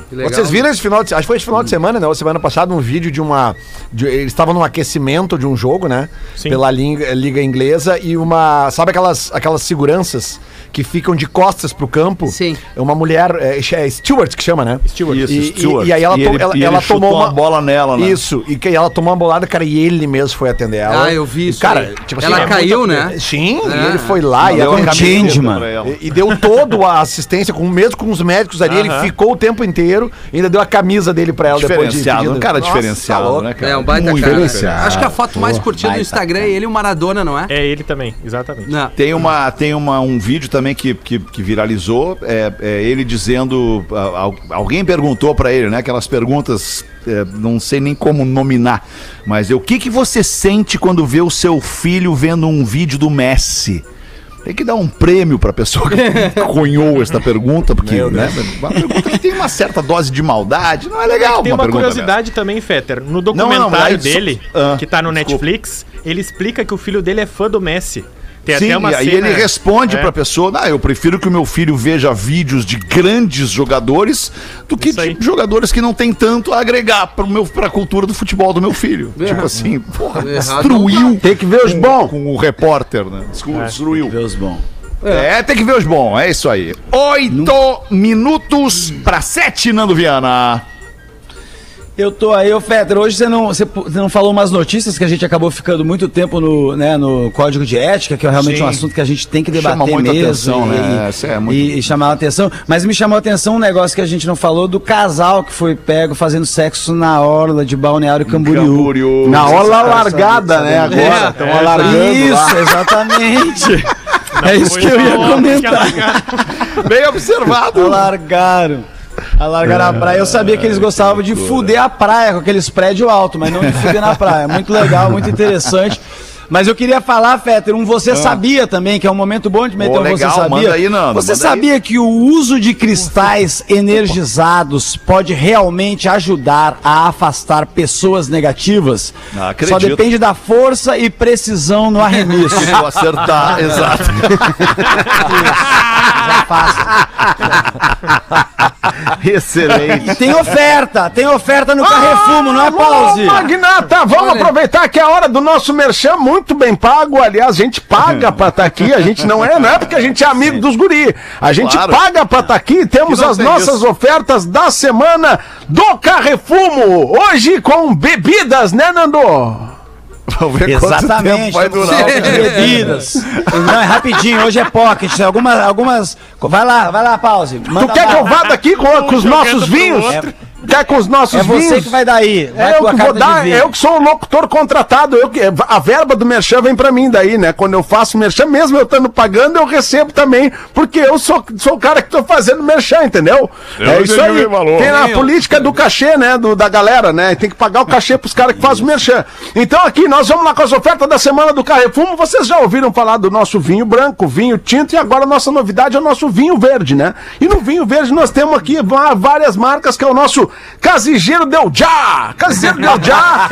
Que legal. Vocês viram esse final de Acho que foi esse final de semana, né? Ou semana passada, um vídeo de uma. de- eles estavam num aquecimento de um jogo, né? Sim. Pela liga, liga inglesa e uma. Sabe aquelas, aquelas seguranças que ficam de costas pro campo? Sim. É uma mulher. É, é Stewart que chama, né? Stewart. Isso, E, e- Stuart. e aí ela, to- ele- ela, e ele ela chutou tomou uma bola nela, né? Isso, e que ela tomou uma bolada, cara, e ele mesmo foi atender ela. Ah, eu vi E, isso Cara, aí. tipo assim, Ela é caiu, muita- né? Sim, É. e ele foi lá e Deu ela uma camiseta Changeman. pra ela. um e, e deu todo a assistência, com, mesmo com os médicos ali, ele Aham. ficou o tempo inteiro e ainda deu a camisa dele pra ela depois de Diferenciado, um pedido. cara Nossa, diferenciado, tá louco. né, cara? É um baita Muito cara. diferenciado. Acho que a foto mais curtida do baita Instagram é ele e o Maradona, não é? É ele também, exatamente. Não. Tem, uma, tem uma, um vídeo também que, que, que viralizou, é, é ele dizendo. a- al- Alguém perguntou pra ele, né? Aquelas perguntas, é, não sei nem como nominar, mas é, o que, que você sente quando vê o seu filho vendo um vídeo do Messi? Tem que dar um prêmio pra pessoa que cunhou esta pergunta, porque né, uma pergunta que tem uma certa dose de maldade, não é legal. Tem uma, pergunta curiosidade também, Fetter. No não, documentário mas- dele, Ah, que tá no desculpa. Netflix, ele explica que o filho dele é fã do Messi. Tem Sim, até uma e aí cena- ele responde É. pra pessoa, ah, eu prefiro que o meu filho veja vídeos de grandes jogadores do que Isso aí. de jogadores que não tem tanto a agregar pro meu, pra cultura do futebol do meu filho. Tipo assim, porra, Errado destruiu Tem que ver os bons. com o repórter, né? É. Desculpa, Destruiu. Deus bom. É, tem que ver os bons, é isso aí. Oito minutos pra sete, Nando Viana. Eu tô aí, ô Fetter, hoje você não, você, você não falou umas notícias que a gente acabou ficando muito tempo no, né, no código de ética, que é realmente Sim. um assunto que a gente tem que debater Chama muita mesmo. atenção, e, né? Isso é muito- e- e chamar a atenção. Mas me chamou a atenção um negócio que a gente não falou do casal que foi pego fazendo sexo na orla de Balneário Camboriú. Camboriú. Na orla Sabe- largada, sabe- né? é. sabe- Agora, estão alargando Isso, lá. exatamente. é isso Foi que eu na ia hora comentar. que ela- Bem observado. Alargaram. Alargaram a praia. Eu sabia que eles gostavam de fuder a praia com aqueles prédios altos, mas não de fuder na praia. Muito legal, muito interessante. Mas eu queria falar, Fetter, um Você Sabia também, que é um momento bom de meter Ah. Pô, um Você legal, Sabia. manda aí, Nando, você manda sabia que o uso de cristais energizados pode realmente ajudar a afastar pessoas negativas? Ah, Só acredito. depende da força e precisão no arremesso. Se eu acertar, exato. Já faço. Excelente. E tem oferta, tem oferta Ah, no Tá Carrefumo, não é pause? Ô, Ah, Magnata, vamos Olha. aproveitar que é a hora do nosso merchan muito bem pago. Aliás, a gente Uhum. paga pra estar aqui. A gente não é, não é porque a gente é amigo dos guri. A gente Claro. paga pra estar aqui. Temos Que não as tem nossas isso. ofertas da semana do Carrefumo. Hoje com bebidas, né, Nando? Vamos ver quanto tempo Exatamente. vai durar. temos opções de bebidas. Não, é rapidinho, hoje é pocket. tem Algumas, algumas. Vai lá, vai lá, pause. Tu Manda quer que eu bala. vá daqui com, com os nossos vinhos? Quer com os nossos É você vinhos? que vai daí. Vai É com eu a que vou carta de dar, vinho. eu que sou o locutor contratado, eu que, a verba do merchan vem pra mim daí, né? Quando eu faço merchan, mesmo eu estando pagando, eu recebo também, porque eu sou, sou o cara que tô fazendo merchan, entendeu? é isso aí. Tem a política do cachê, né? Do, da galera, né? Tem que pagar o cachê pros caras que fazem o merchan. Então aqui, nós vamos lá com as ofertas da semana do Carrefumo. Vocês já ouviram falar do nosso vinho branco, vinho tinto, e agora a nossa novidade é o nosso vinho verde, né? E no vinho verde nós temos aqui va- várias marcas, que é o nosso Casigeiro Del Já! Casigeiro Del Já!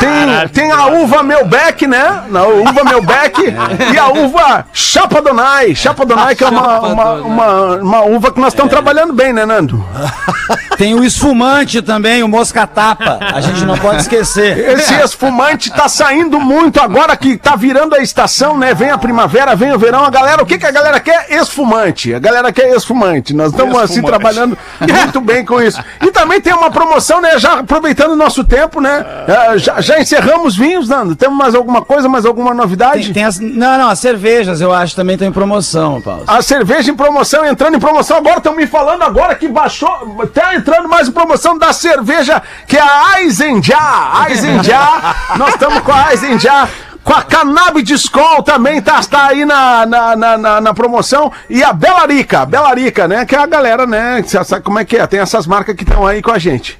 Tem, tem a uva Melbeck, né? Na uva Melbeck e a uva Chapa Donai. Chapa Donai, que é uma, É. Chapa uma, Donai. É. uma, uma uva que nós estamos trabalhando bem, né, Nando? Tem o esfumante também, o mosca-tapa. A gente não pode esquecer. Esse É. esfumante tá saindo muito agora que tá virando a estação, né? Vem a primavera, vem o verão. A galera, o que, que a galera quer? Esfumante. A galera quer esfumante. Nós estamos assim trabalhando muito bem com isso. E também tem uma promoção, né? Já aproveitando o nosso tempo, né? É. eh, Já, já encerramos vinhos, Nando. Temos mais alguma coisa, mais alguma novidade? Tem, tem as, não, não, as cervejas eu acho também estão em promoção, Paulo. A cerveja em promoção, entrando em promoção agora, estão me falando agora que baixou, tá entrando mais em promoção da cerveja, que é a Aizenjá. Aizenjá, nós estamos com a Aizenjá. Com a Canabidiscol também tá, tá aí na, na, na, na- na promoção. E a Belarica, a Belarica, né? Que é a galera, né? que Sabe como é que é? Tem essas marcas que estão aí com a gente.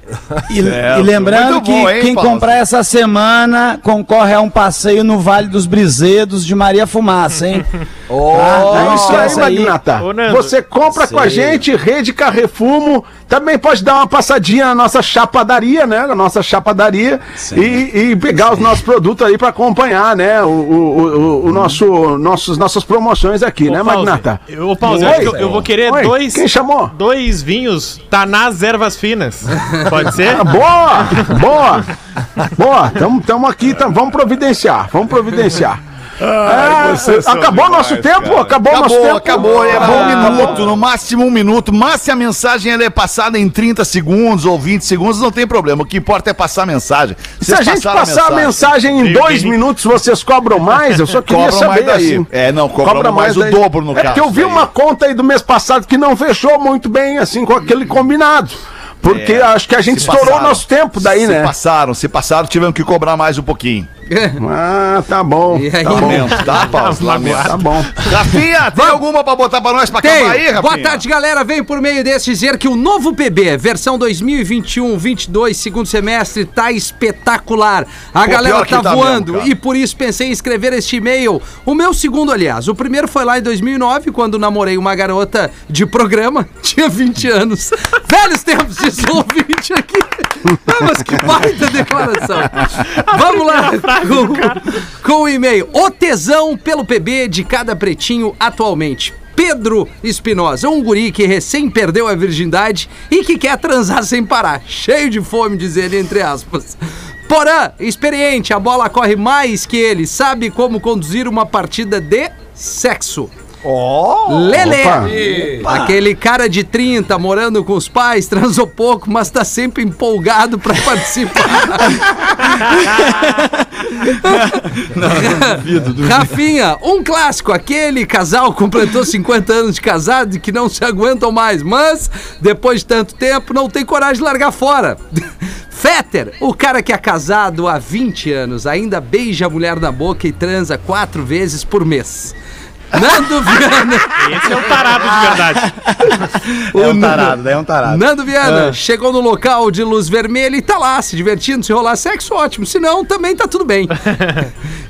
E, e lembrando Muito que bom, hein, quem Paulo? comprar essa semana concorre a um passeio no Vale dos Brisedos de Maria Fumaça, hein? Tá? é isso aí, esquece aí. Magnata. Ô, Nando. Você compra com a gente, Rede Carrefumo. Também pode dar uma passadinha na nossa chapadaria, né? Na nossa chapadaria. E, e pegar os nossos produtos aí pra acompanhar, né? O, o, o- o nosso, nossos, nossas promoções aqui, né, Ô, Magnata? Pause, eu, ô, Pause, eu, acho que eu, eu vou querer Oi, dois. Quem chamou? Dois vinhos Tanás Ervas Finas. Pode ser? Ah, Boa! Boa! Boa! Estamos aqui, tam, vamos providenciar. Vamos providenciar. É, acabou o nosso tempo? Acabou o nosso Acabou, tempo? acabou. Era Acabou. é um minuto, no máximo um minuto. Mas se a mensagem ela é passada em 30 segundos ou 20 segundos, não tem problema. O que importa é passar a mensagem. Se a gente passar a mensagem em Sim, dois sim. minutos, vocês cobram mais? Eu só queria Cobram mais saber daí. assim. É, não, cobram mais o dobro, no é caso, Porque eu vi daí. uma conta aí do mês passado que não fechou muito bem, assim, com aquele combinado. Porque acho que a gente estourou o nosso tempo daí, É. Se né? passaram, se passaram, tivemos que cobrar mais um pouquinho. Ah, tá bom. E aí? Tá bom. Lamento, tá, Paulo? Lamento. Tá bom. Rafinha, tem alguma pra botar pra nós pra Tem. acabar aí, Rafinha? Boa tarde, galera. Vem por meio desse dizer que o novo PB, versão 2021-22, segundo semestre, tá espetacular. A galera pior que tá, tá voando mesmo, cara. e por isso pensei em escrever este e-mail. O meu segundo, aliás. O primeiro foi lá em 2009, quando namorei uma garota de programa, tinha 20 anos. Velhos tempos de ouvinte aqui. Ah, Mas que baita declaração. Vamos lá com, com o e-mail. O tesão pelo PB de cada pretinho atualmente. Pedro Espinosa, um guri que recém perdeu a virgindade e que quer transar sem parar. Cheio de fome, diz ele, entre aspas. Porã, experiente, a bola corre mais que ele, sabe como conduzir uma partida de sexo. Lele, aquele cara de 30, morando com os pais, transou pouco, mas tá sempre empolgado pra participar. Rafinha, um clássico, aquele casal completou 50 anos de casado e que não se aguentam mais, mas depois de tanto tempo não tem coragem de largar fora. Fetter, o cara que é casado há 20 anos, ainda beija a mulher na boca e transa quatro vezes por mês. Nando Viana. Esse é um tarado de verdade. É um tarado, é um tarado. Nando Viana chegou no local de luz vermelha e tá lá, se divertindo, se rolar sexo, ótimo. Se não, também tá tudo bem.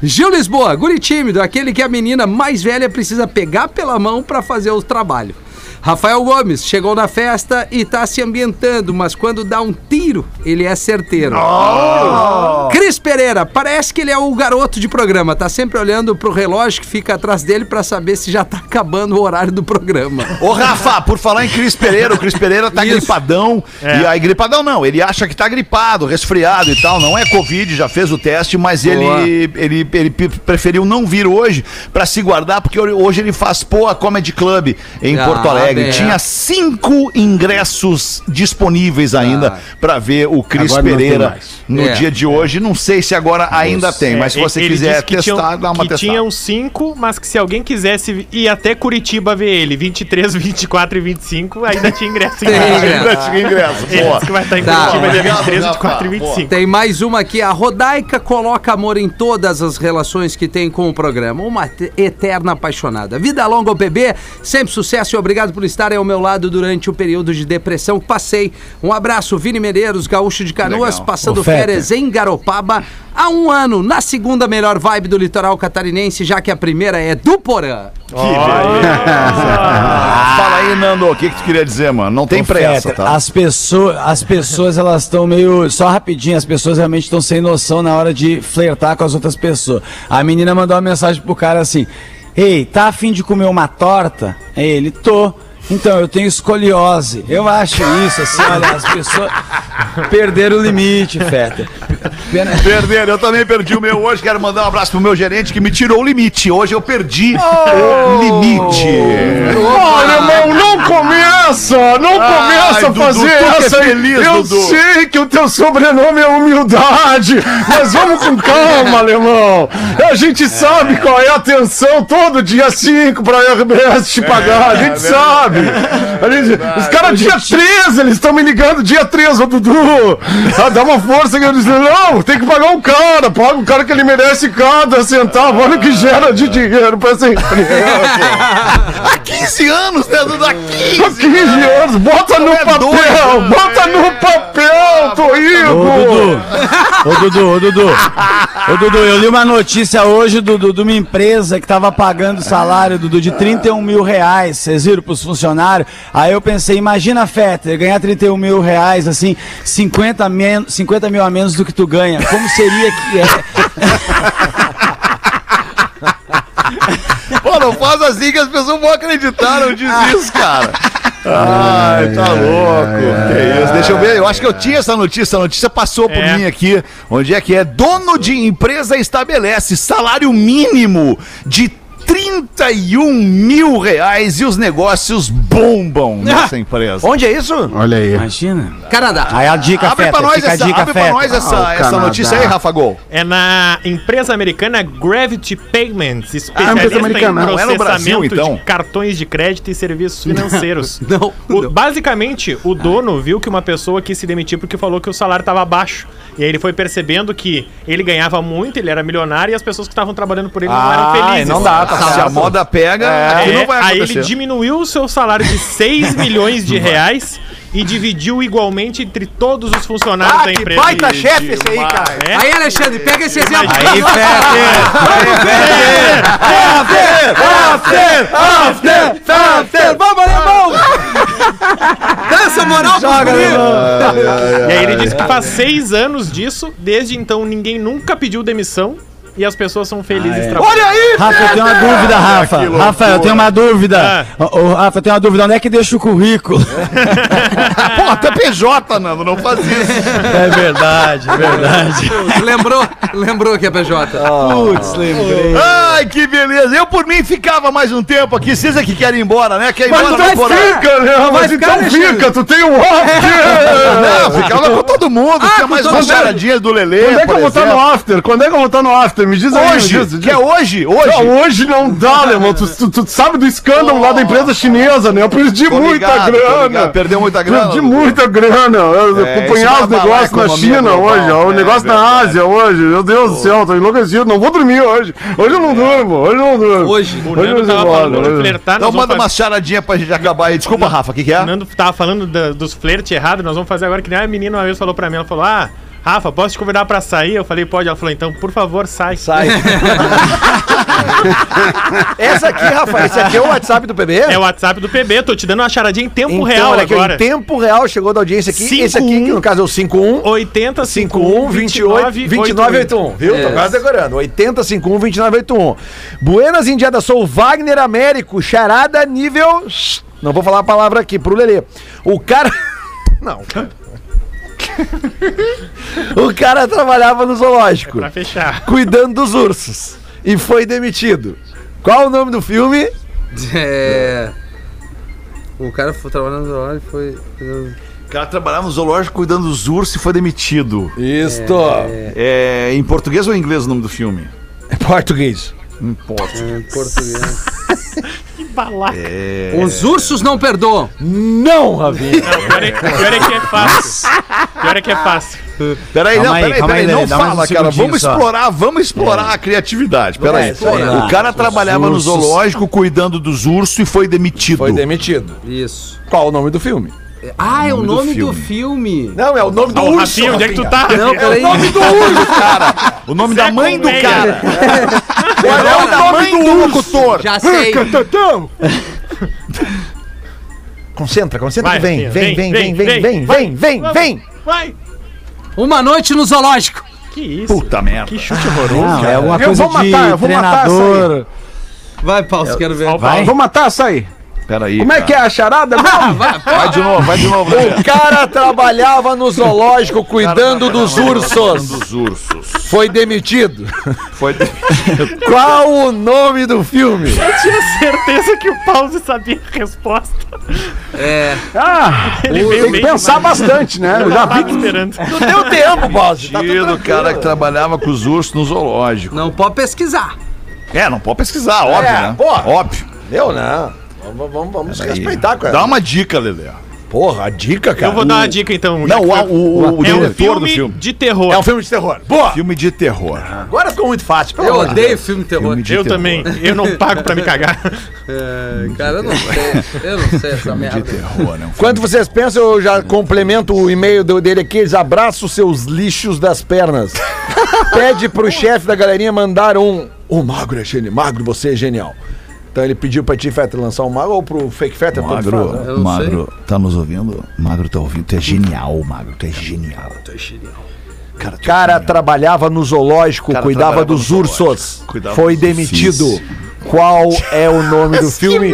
Gil Lisboa, guri tímido, aquele que a menina mais velha precisa pegar pela mão pra fazer o trabalho. Rafael Gomes chegou na festa e tá se ambientando, mas quando dá um tiro, ele é certeiro. Oh! Cris Pereira, parece que ele é o garoto de programa, tá sempre olhando pro relógio que fica atrás dele pra saber se já tá acabando o horário do programa. Ô Rafa, por falar em Cris Pereira, o Cris Pereira tá gripadão. E aí, gripadão não, ele acha que tá gripado, resfriado e tal. Não é Covid, já fez o teste, mas ele, Boa. ele, ele pe- preferiu não vir hoje pra se guardar, porque hoje ele faz Poa Comedy Club em Ah, Porto Alegre. bem. Tinha cinco ingressos disponíveis ainda pra ver o Cris Agora não tem Pereira mais. no É. dia de hoje. Não sei se agora ainda tem, mas se É, você ele quiser disse que testar, tinham- dá uma que um testada. tinham cinco, mas que se alguém quisesse ir até Curitiba ver ele, 23, 24 e 25, ainda tinha ingresso. É. em Tem casa. ingresso. Ainda tinha ingresso. Ele boa. disse que vai estar em Tá. Curitiba dia Obrigado, 23, Rafa. 24 e Boa. 25. Tem mais uma aqui. A Rodaica coloca amor em todas as relações que tem com o programa. Uma te- eterna apaixonada. Vida longa ao bebê, sempre sucesso e obrigado por estarem ao meu lado durante o período de depressão que passei. Um abraço, Vini Medeiros, gaúcho de Canoas, Legal. passando Ô, Fetter, férias em Garopaba há um ano, na segunda melhor vibe do litoral catarinense, já que a primeira é do Porã. Ah, Fala aí, Nando, o que, que tu queria dizer, mano? Não tem Ô, pressa, Fetter, tá? As pessoas, as pessoas elas estão meio. Só rapidinho, as pessoas realmente estão sem noção na hora de flertar com as outras pessoas. A menina mandou uma mensagem pro cara assim: Ei, tá afim de comer uma torta? Aí Ele, tô. Então, eu tenho escoliose. Eu acho isso, assim, olha, as pessoas perderam o limite, Feta. Pena... Perderam, eu também perdi o meu hoje. Quero mandar um abraço pro meu gerente que me tirou o limite. Hoje eu perdi o limite. Olha, irmão, não começa! Não Ai, começa a Dudu, fazer tu que é essa. aí. feliz, eu Dudu. sei que o teu sobrenome é humildade, mas vamos com calma, alemão. A gente sabe qual é a tensão todo dia 5 pra RBS É, te pagar. a gente sabe. A gente- os caras, dia 13, eles estão me ligando dia 13, ô Dudu. Ah, dá uma força que eles não, tem que pagar um cara, paga o cara que ele merece cada centavo. Olha o que gera de dinheiro pra essa empresa. Há 15 anos, né, Dudu? Há 15 Tô 15 anos, bota no é papel, doido, né? bota no papel, Ô, Toigo! Ô Dudu, ô Dudu. Ô Dudu, eu li uma notícia hoje, Dudu, de uma empresa que tava pagando salário, Dudu, de 31 mil reais, vocês viram, pros funcionários. Aí eu pensei, imagina, Fetter, ganhar 31 mil reais, assim, 50, men 50 mil a menos do que tu ganha. Como seria que é? Pô, não faz assim que as pessoas vão acreditar, não diz isso, cara. Ai, tá louco. que isso? Deixa eu ver. Eu acho que eu tinha essa notícia. A notícia passou por É. mim aqui. Onde é que é? Dono de empresa estabelece salário mínimo de 31 mil reais e os negócios bombam nessa empresa. Onde é isso? Olha aí. Imagina. Canadá. Aí a dica, Abre pra Fetter, nós fica a essa, dica, abre pra nós Fetter. essa, Ah, o essa Canadá. notícia aí, Rafa Gol. É na empresa americana Gravity Payments, especialista empresa americana. em Não é processamento no Brasil, então? de cartões de crédito e serviços financeiros. Não, O- não. basicamente, o dono viu que uma pessoa quis se demitir porque falou que o salário estava baixo. E aí ele foi percebendo que ele ganhava muito, ele era milionário e as pessoas que estavam trabalhando por ele não eram felizes. não dá, tá Se a certo. moda pega, aqui É, não vai aí ele acontecer. diminuiu o seu salário de 6 milhões de reais e dividiu igualmente entre todos os funcionários Ah, da que empresa. baita chefe esse aí, Uma- cara. É. Aí, Alexandre, pega esse exemplo. Aí, Fetter. Vamos, alemão! Dá essa moral pro Joga, guri. alemão. E Ah, aí ele disse que faz seis anos disso, desde então ninguém nunca pediu demissão e as pessoas são felizes trabalhando. Olha aí! Rafa, eu tenho uma dúvida, Rafa. Rafa, eu tenho uma dúvida. Ah. Ô, ô, Rafa, eu tenho uma dúvida. Onde é que deixa o currículo? Pô, até PJ, Nando, não faz isso. É verdade, é verdade. Lembrou, lembrou que é PJ. Putz, lembrei. Ai, que beleza. Eu, por mim, ficava mais um tempo aqui. Vocês é que querem ir embora, né? Quer ir Mas embora, então vai embora. fica, né? Mas vai ficar, então Alexandre. fica, tu tem um after! Não, ficava com todo mundo. Ah, Tinha com mais todo umas mundo. charadinhas do Lelê, Quando é que por eu vou estar exemplo. no after? Quando é que eu vou estar no after? Me diz aí, me diz, Hoje, diz. que é hoje, hoje. Não, hoje não dá, alemão. Tu, tu- tu sabe do escândalo lá da empresa chinesa, né? Eu perdi Oh, Tô muita ligado, tô grana. ligado. Perdeu muita grana. Perdi Dudu. muita grana. Eu É, acompanhar isso os vai negócios abalar a na economia China global, hoje, ó, o né? negócio na Verdade. Ásia hoje. Meu Deus do céu, tô enlouquecido. Não vou dormir hoje. Hoje É. eu não durmo, hoje eu não durmo. Hoje. O hoje Nando eu vou tava embora. falando de hoje. flertar, Então nós manda vamos uma fazer... charadinha pra gente acabar aí. Desculpa, Rafa, o que, que é? O Nando tava falando da- dos flerte errado, nós vamos fazer agora que nem a menina uma vez falou pra mim, ela falou, ah, Rafa, posso te convidar pra sair? Eu falei, pode. Ela falou, então, por favor, sai. Sai. Essa aqui, Rafa, esse aqui é o WhatsApp do PB? É o WhatsApp do PB, tô te dando uma charadinha em tempo Então, real olha aqui, ó, agora. Em tempo real chegou da audiência aqui. esse um. aqui, que no caso é o 51. 80, 51 28 2981, viu? Tô quase decorando. um, 80 51 2981. Buenas Indiadas, sou o Wagner Américo, charada nível. Não vou falar a palavra aqui pro Lelê. O cara. Não. o cara trabalhava no zoológico, Pra fechar. cuidando dos ursos, e foi demitido. Qual o nome do filme? É... O cara foi trabalhando no horário e foi... O cara trabalhava no zoológico cuidando dos ursos e foi demitido. Isto. É, em português ou em inglês o nome do filme? É português. Em português. Em português. Balaca. Os ursos não perdoam. Não, Ravinho. Pior é, pior é que é fácil. Pior é que é fácil. Peraí, Calma não, aí, peraí, calma peraí, aí, não Lelê, dá mais fala, um cara. Vamos segundinho só. É. explorar, vamos explorar a criatividade. Peraí. explorar. O cara trabalhava no ursos. zoológico cuidando dos ursos e foi demitido. Foi demitido. Isso. Qual o nome do filme? Ah, é o nome nome do do filme. Não, é o nome do Ô, urso. Rafinha, é onde é que tu tá? Não, peraí. O nome da mãe do Meia. cara. Qual é o nome do locutor? Já sei. Concentra, concentra Vai, que vem, Rafinha, vem, vem, vem, vem, vem, vem, vem, vem, vem. Vai! Uma noite no zoológico. Que isso? Puta merda. Que chute horroroso. Não, é alguma Eu coisa vou matar, de eu vou matar essa aí. treinador. Vai, Paulo, quero ver. Vai. Vou matar essa aí. Pera aí. Como é que é a charada? mesmo? Vai de novo, vai de novo. né? O cara trabalhava no zoológico cuidando dos ursos. Dos ursos. Foi demitido. Foi. Qual o nome do filme? Eu tinha certeza que o Pause sabia a resposta. É. Ah, Ele tem veio que bem pensar bastante, né? Eu já vi tava esperando. Deu tempo, Bose. Tá tudo do cara que trabalhava com os ursos no zoológico. Não pode pesquisar. É, não pode pesquisar, óbvio, É, né? pô. Óbvio. Deu, né? não. Vamos, vamos, vamos se respeitar, É. cara. Dá uma dica, Lelê. Porra, a dica, cara. Eu vou dar uma dica então. já Não, que o, foi- o, o, o é um diretor do filme, filme. de terror. É um filme de terror. Boa! Filme de terror. Agora ficou muito fácil. pelo Eu amor de odeio Deus. filme de terror. Filme de Eu terror. também. Eu não pago pra me cagar. É, cara, eu não sei. Eu não sei essa merda. De terror, né? Um filme Enquanto vocês pensam, eu já complemento o e-mail do- dele aqui. Eles abraçam seus lixos das pernas. Pede pro chefe da galerinha mandar um. O magro é genial. Magro, você é genial. Então ele pediu pra ti, Fetter, lançar um magro ou pro fake Fetter? tanto faz, né? Eu Magro, não Magro, tá nos ouvindo? Magro tá ouvindo, tu é genial, Magro, tu é genial. Tu é genial. Cara, tu é Cara genial. trabalhava no zoológico, Cara cuidava trabalhava dos no ursos. zoológico, cuidava Foi dos demitido. ursinhos. Qual é o nome do filme?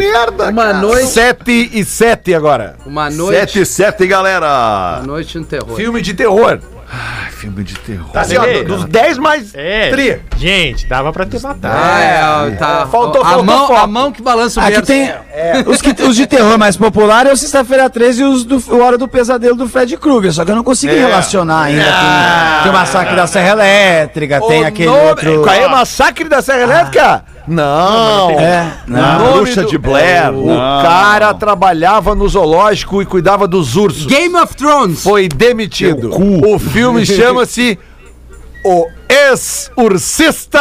Uma noite. 7 e 7 agora. Uma noite. 7, galera! Uma noite no terror. Filme de terror. Ah, filme de terror. Tá assim, ó, Beleza. dos 10 mais É. tri. Gente, dava pra ter matado. Ah, é, ó, tá. Faltou- a, faltou mão, foco. a mão que balança o Aqui berço. Ah, tem os, que- os de terror mais popular é o Sexta-feira 13 e os do o Hora do Pesadelo do Fred Krueger. Só que eu não consegui É. relacionar ainda. Tem, tem o Massacre da Serra Elétrica, tem Ah. O aquele nome- outro. Qual é o massacre da Serra Elétrica? Não. É, O não. nome Bruxa do- É, de Blair. O Não. cara trabalhava no zoológico e cuidava dos ursos. Game of Thrones. Foi demitido. O filme chama-se O Ex-Ursista!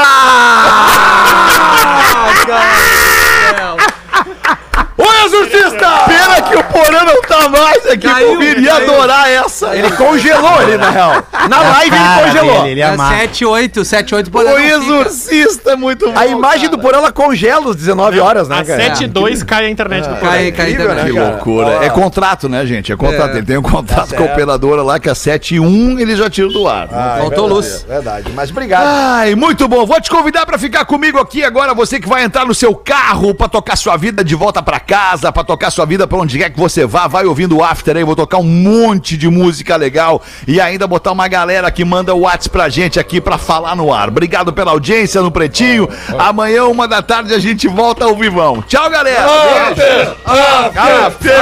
O Exorcista! Pena que o Porã não tá mais aqui, Caiu, eu iria caiu. adorar essa. Ele congelou ele, na real. Na live ele é Cara congelou. dele, ele É amava. 7, 8, 7, 8. O Exorcista é muito bom. A imagem do Porã, ela congela às 19 horas, né, Às cara? 7 e 2 cai a internet do Ah, Cai, cai, tá, Incrível, também. Que né, cara? loucura. É contrato, né, gente? É contrato. É. Ele tem um contrato com a operadora lá que a 7 e 1 ele já tira do ar. né? Ah, É. Faltou luz. Verdade, mas obrigado. Ai, muito bom. Vou te convidar pra ficar comigo aqui agora, você que vai entrar no seu carro pra tocar sua vida de volta pra casa, pra tocar sua vida pra onde quer que você vá. Vai ouvindo o After aí, vou tocar um monte de música legal e ainda botar uma galera que manda o WhatsApp pra gente aqui pra falar no ar. Obrigado pela audiência no Pretinho. Amanhã, uma da tarde, a gente volta ao vivão. Tchau, galera. Beijo. After,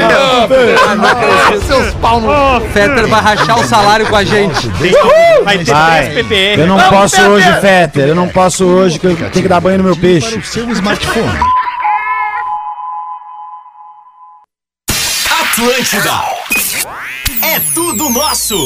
after. Seus pau no... Fetter vai rachar o salário com a gente. Vai ter 3 PPR. Eu não Vamos, posso Pepe! hoje, Fetter. Eu não posso hoje, que eu tenho que dar banho no meu peixe. Para o seu smartphone. Atlântida. É tudo nosso.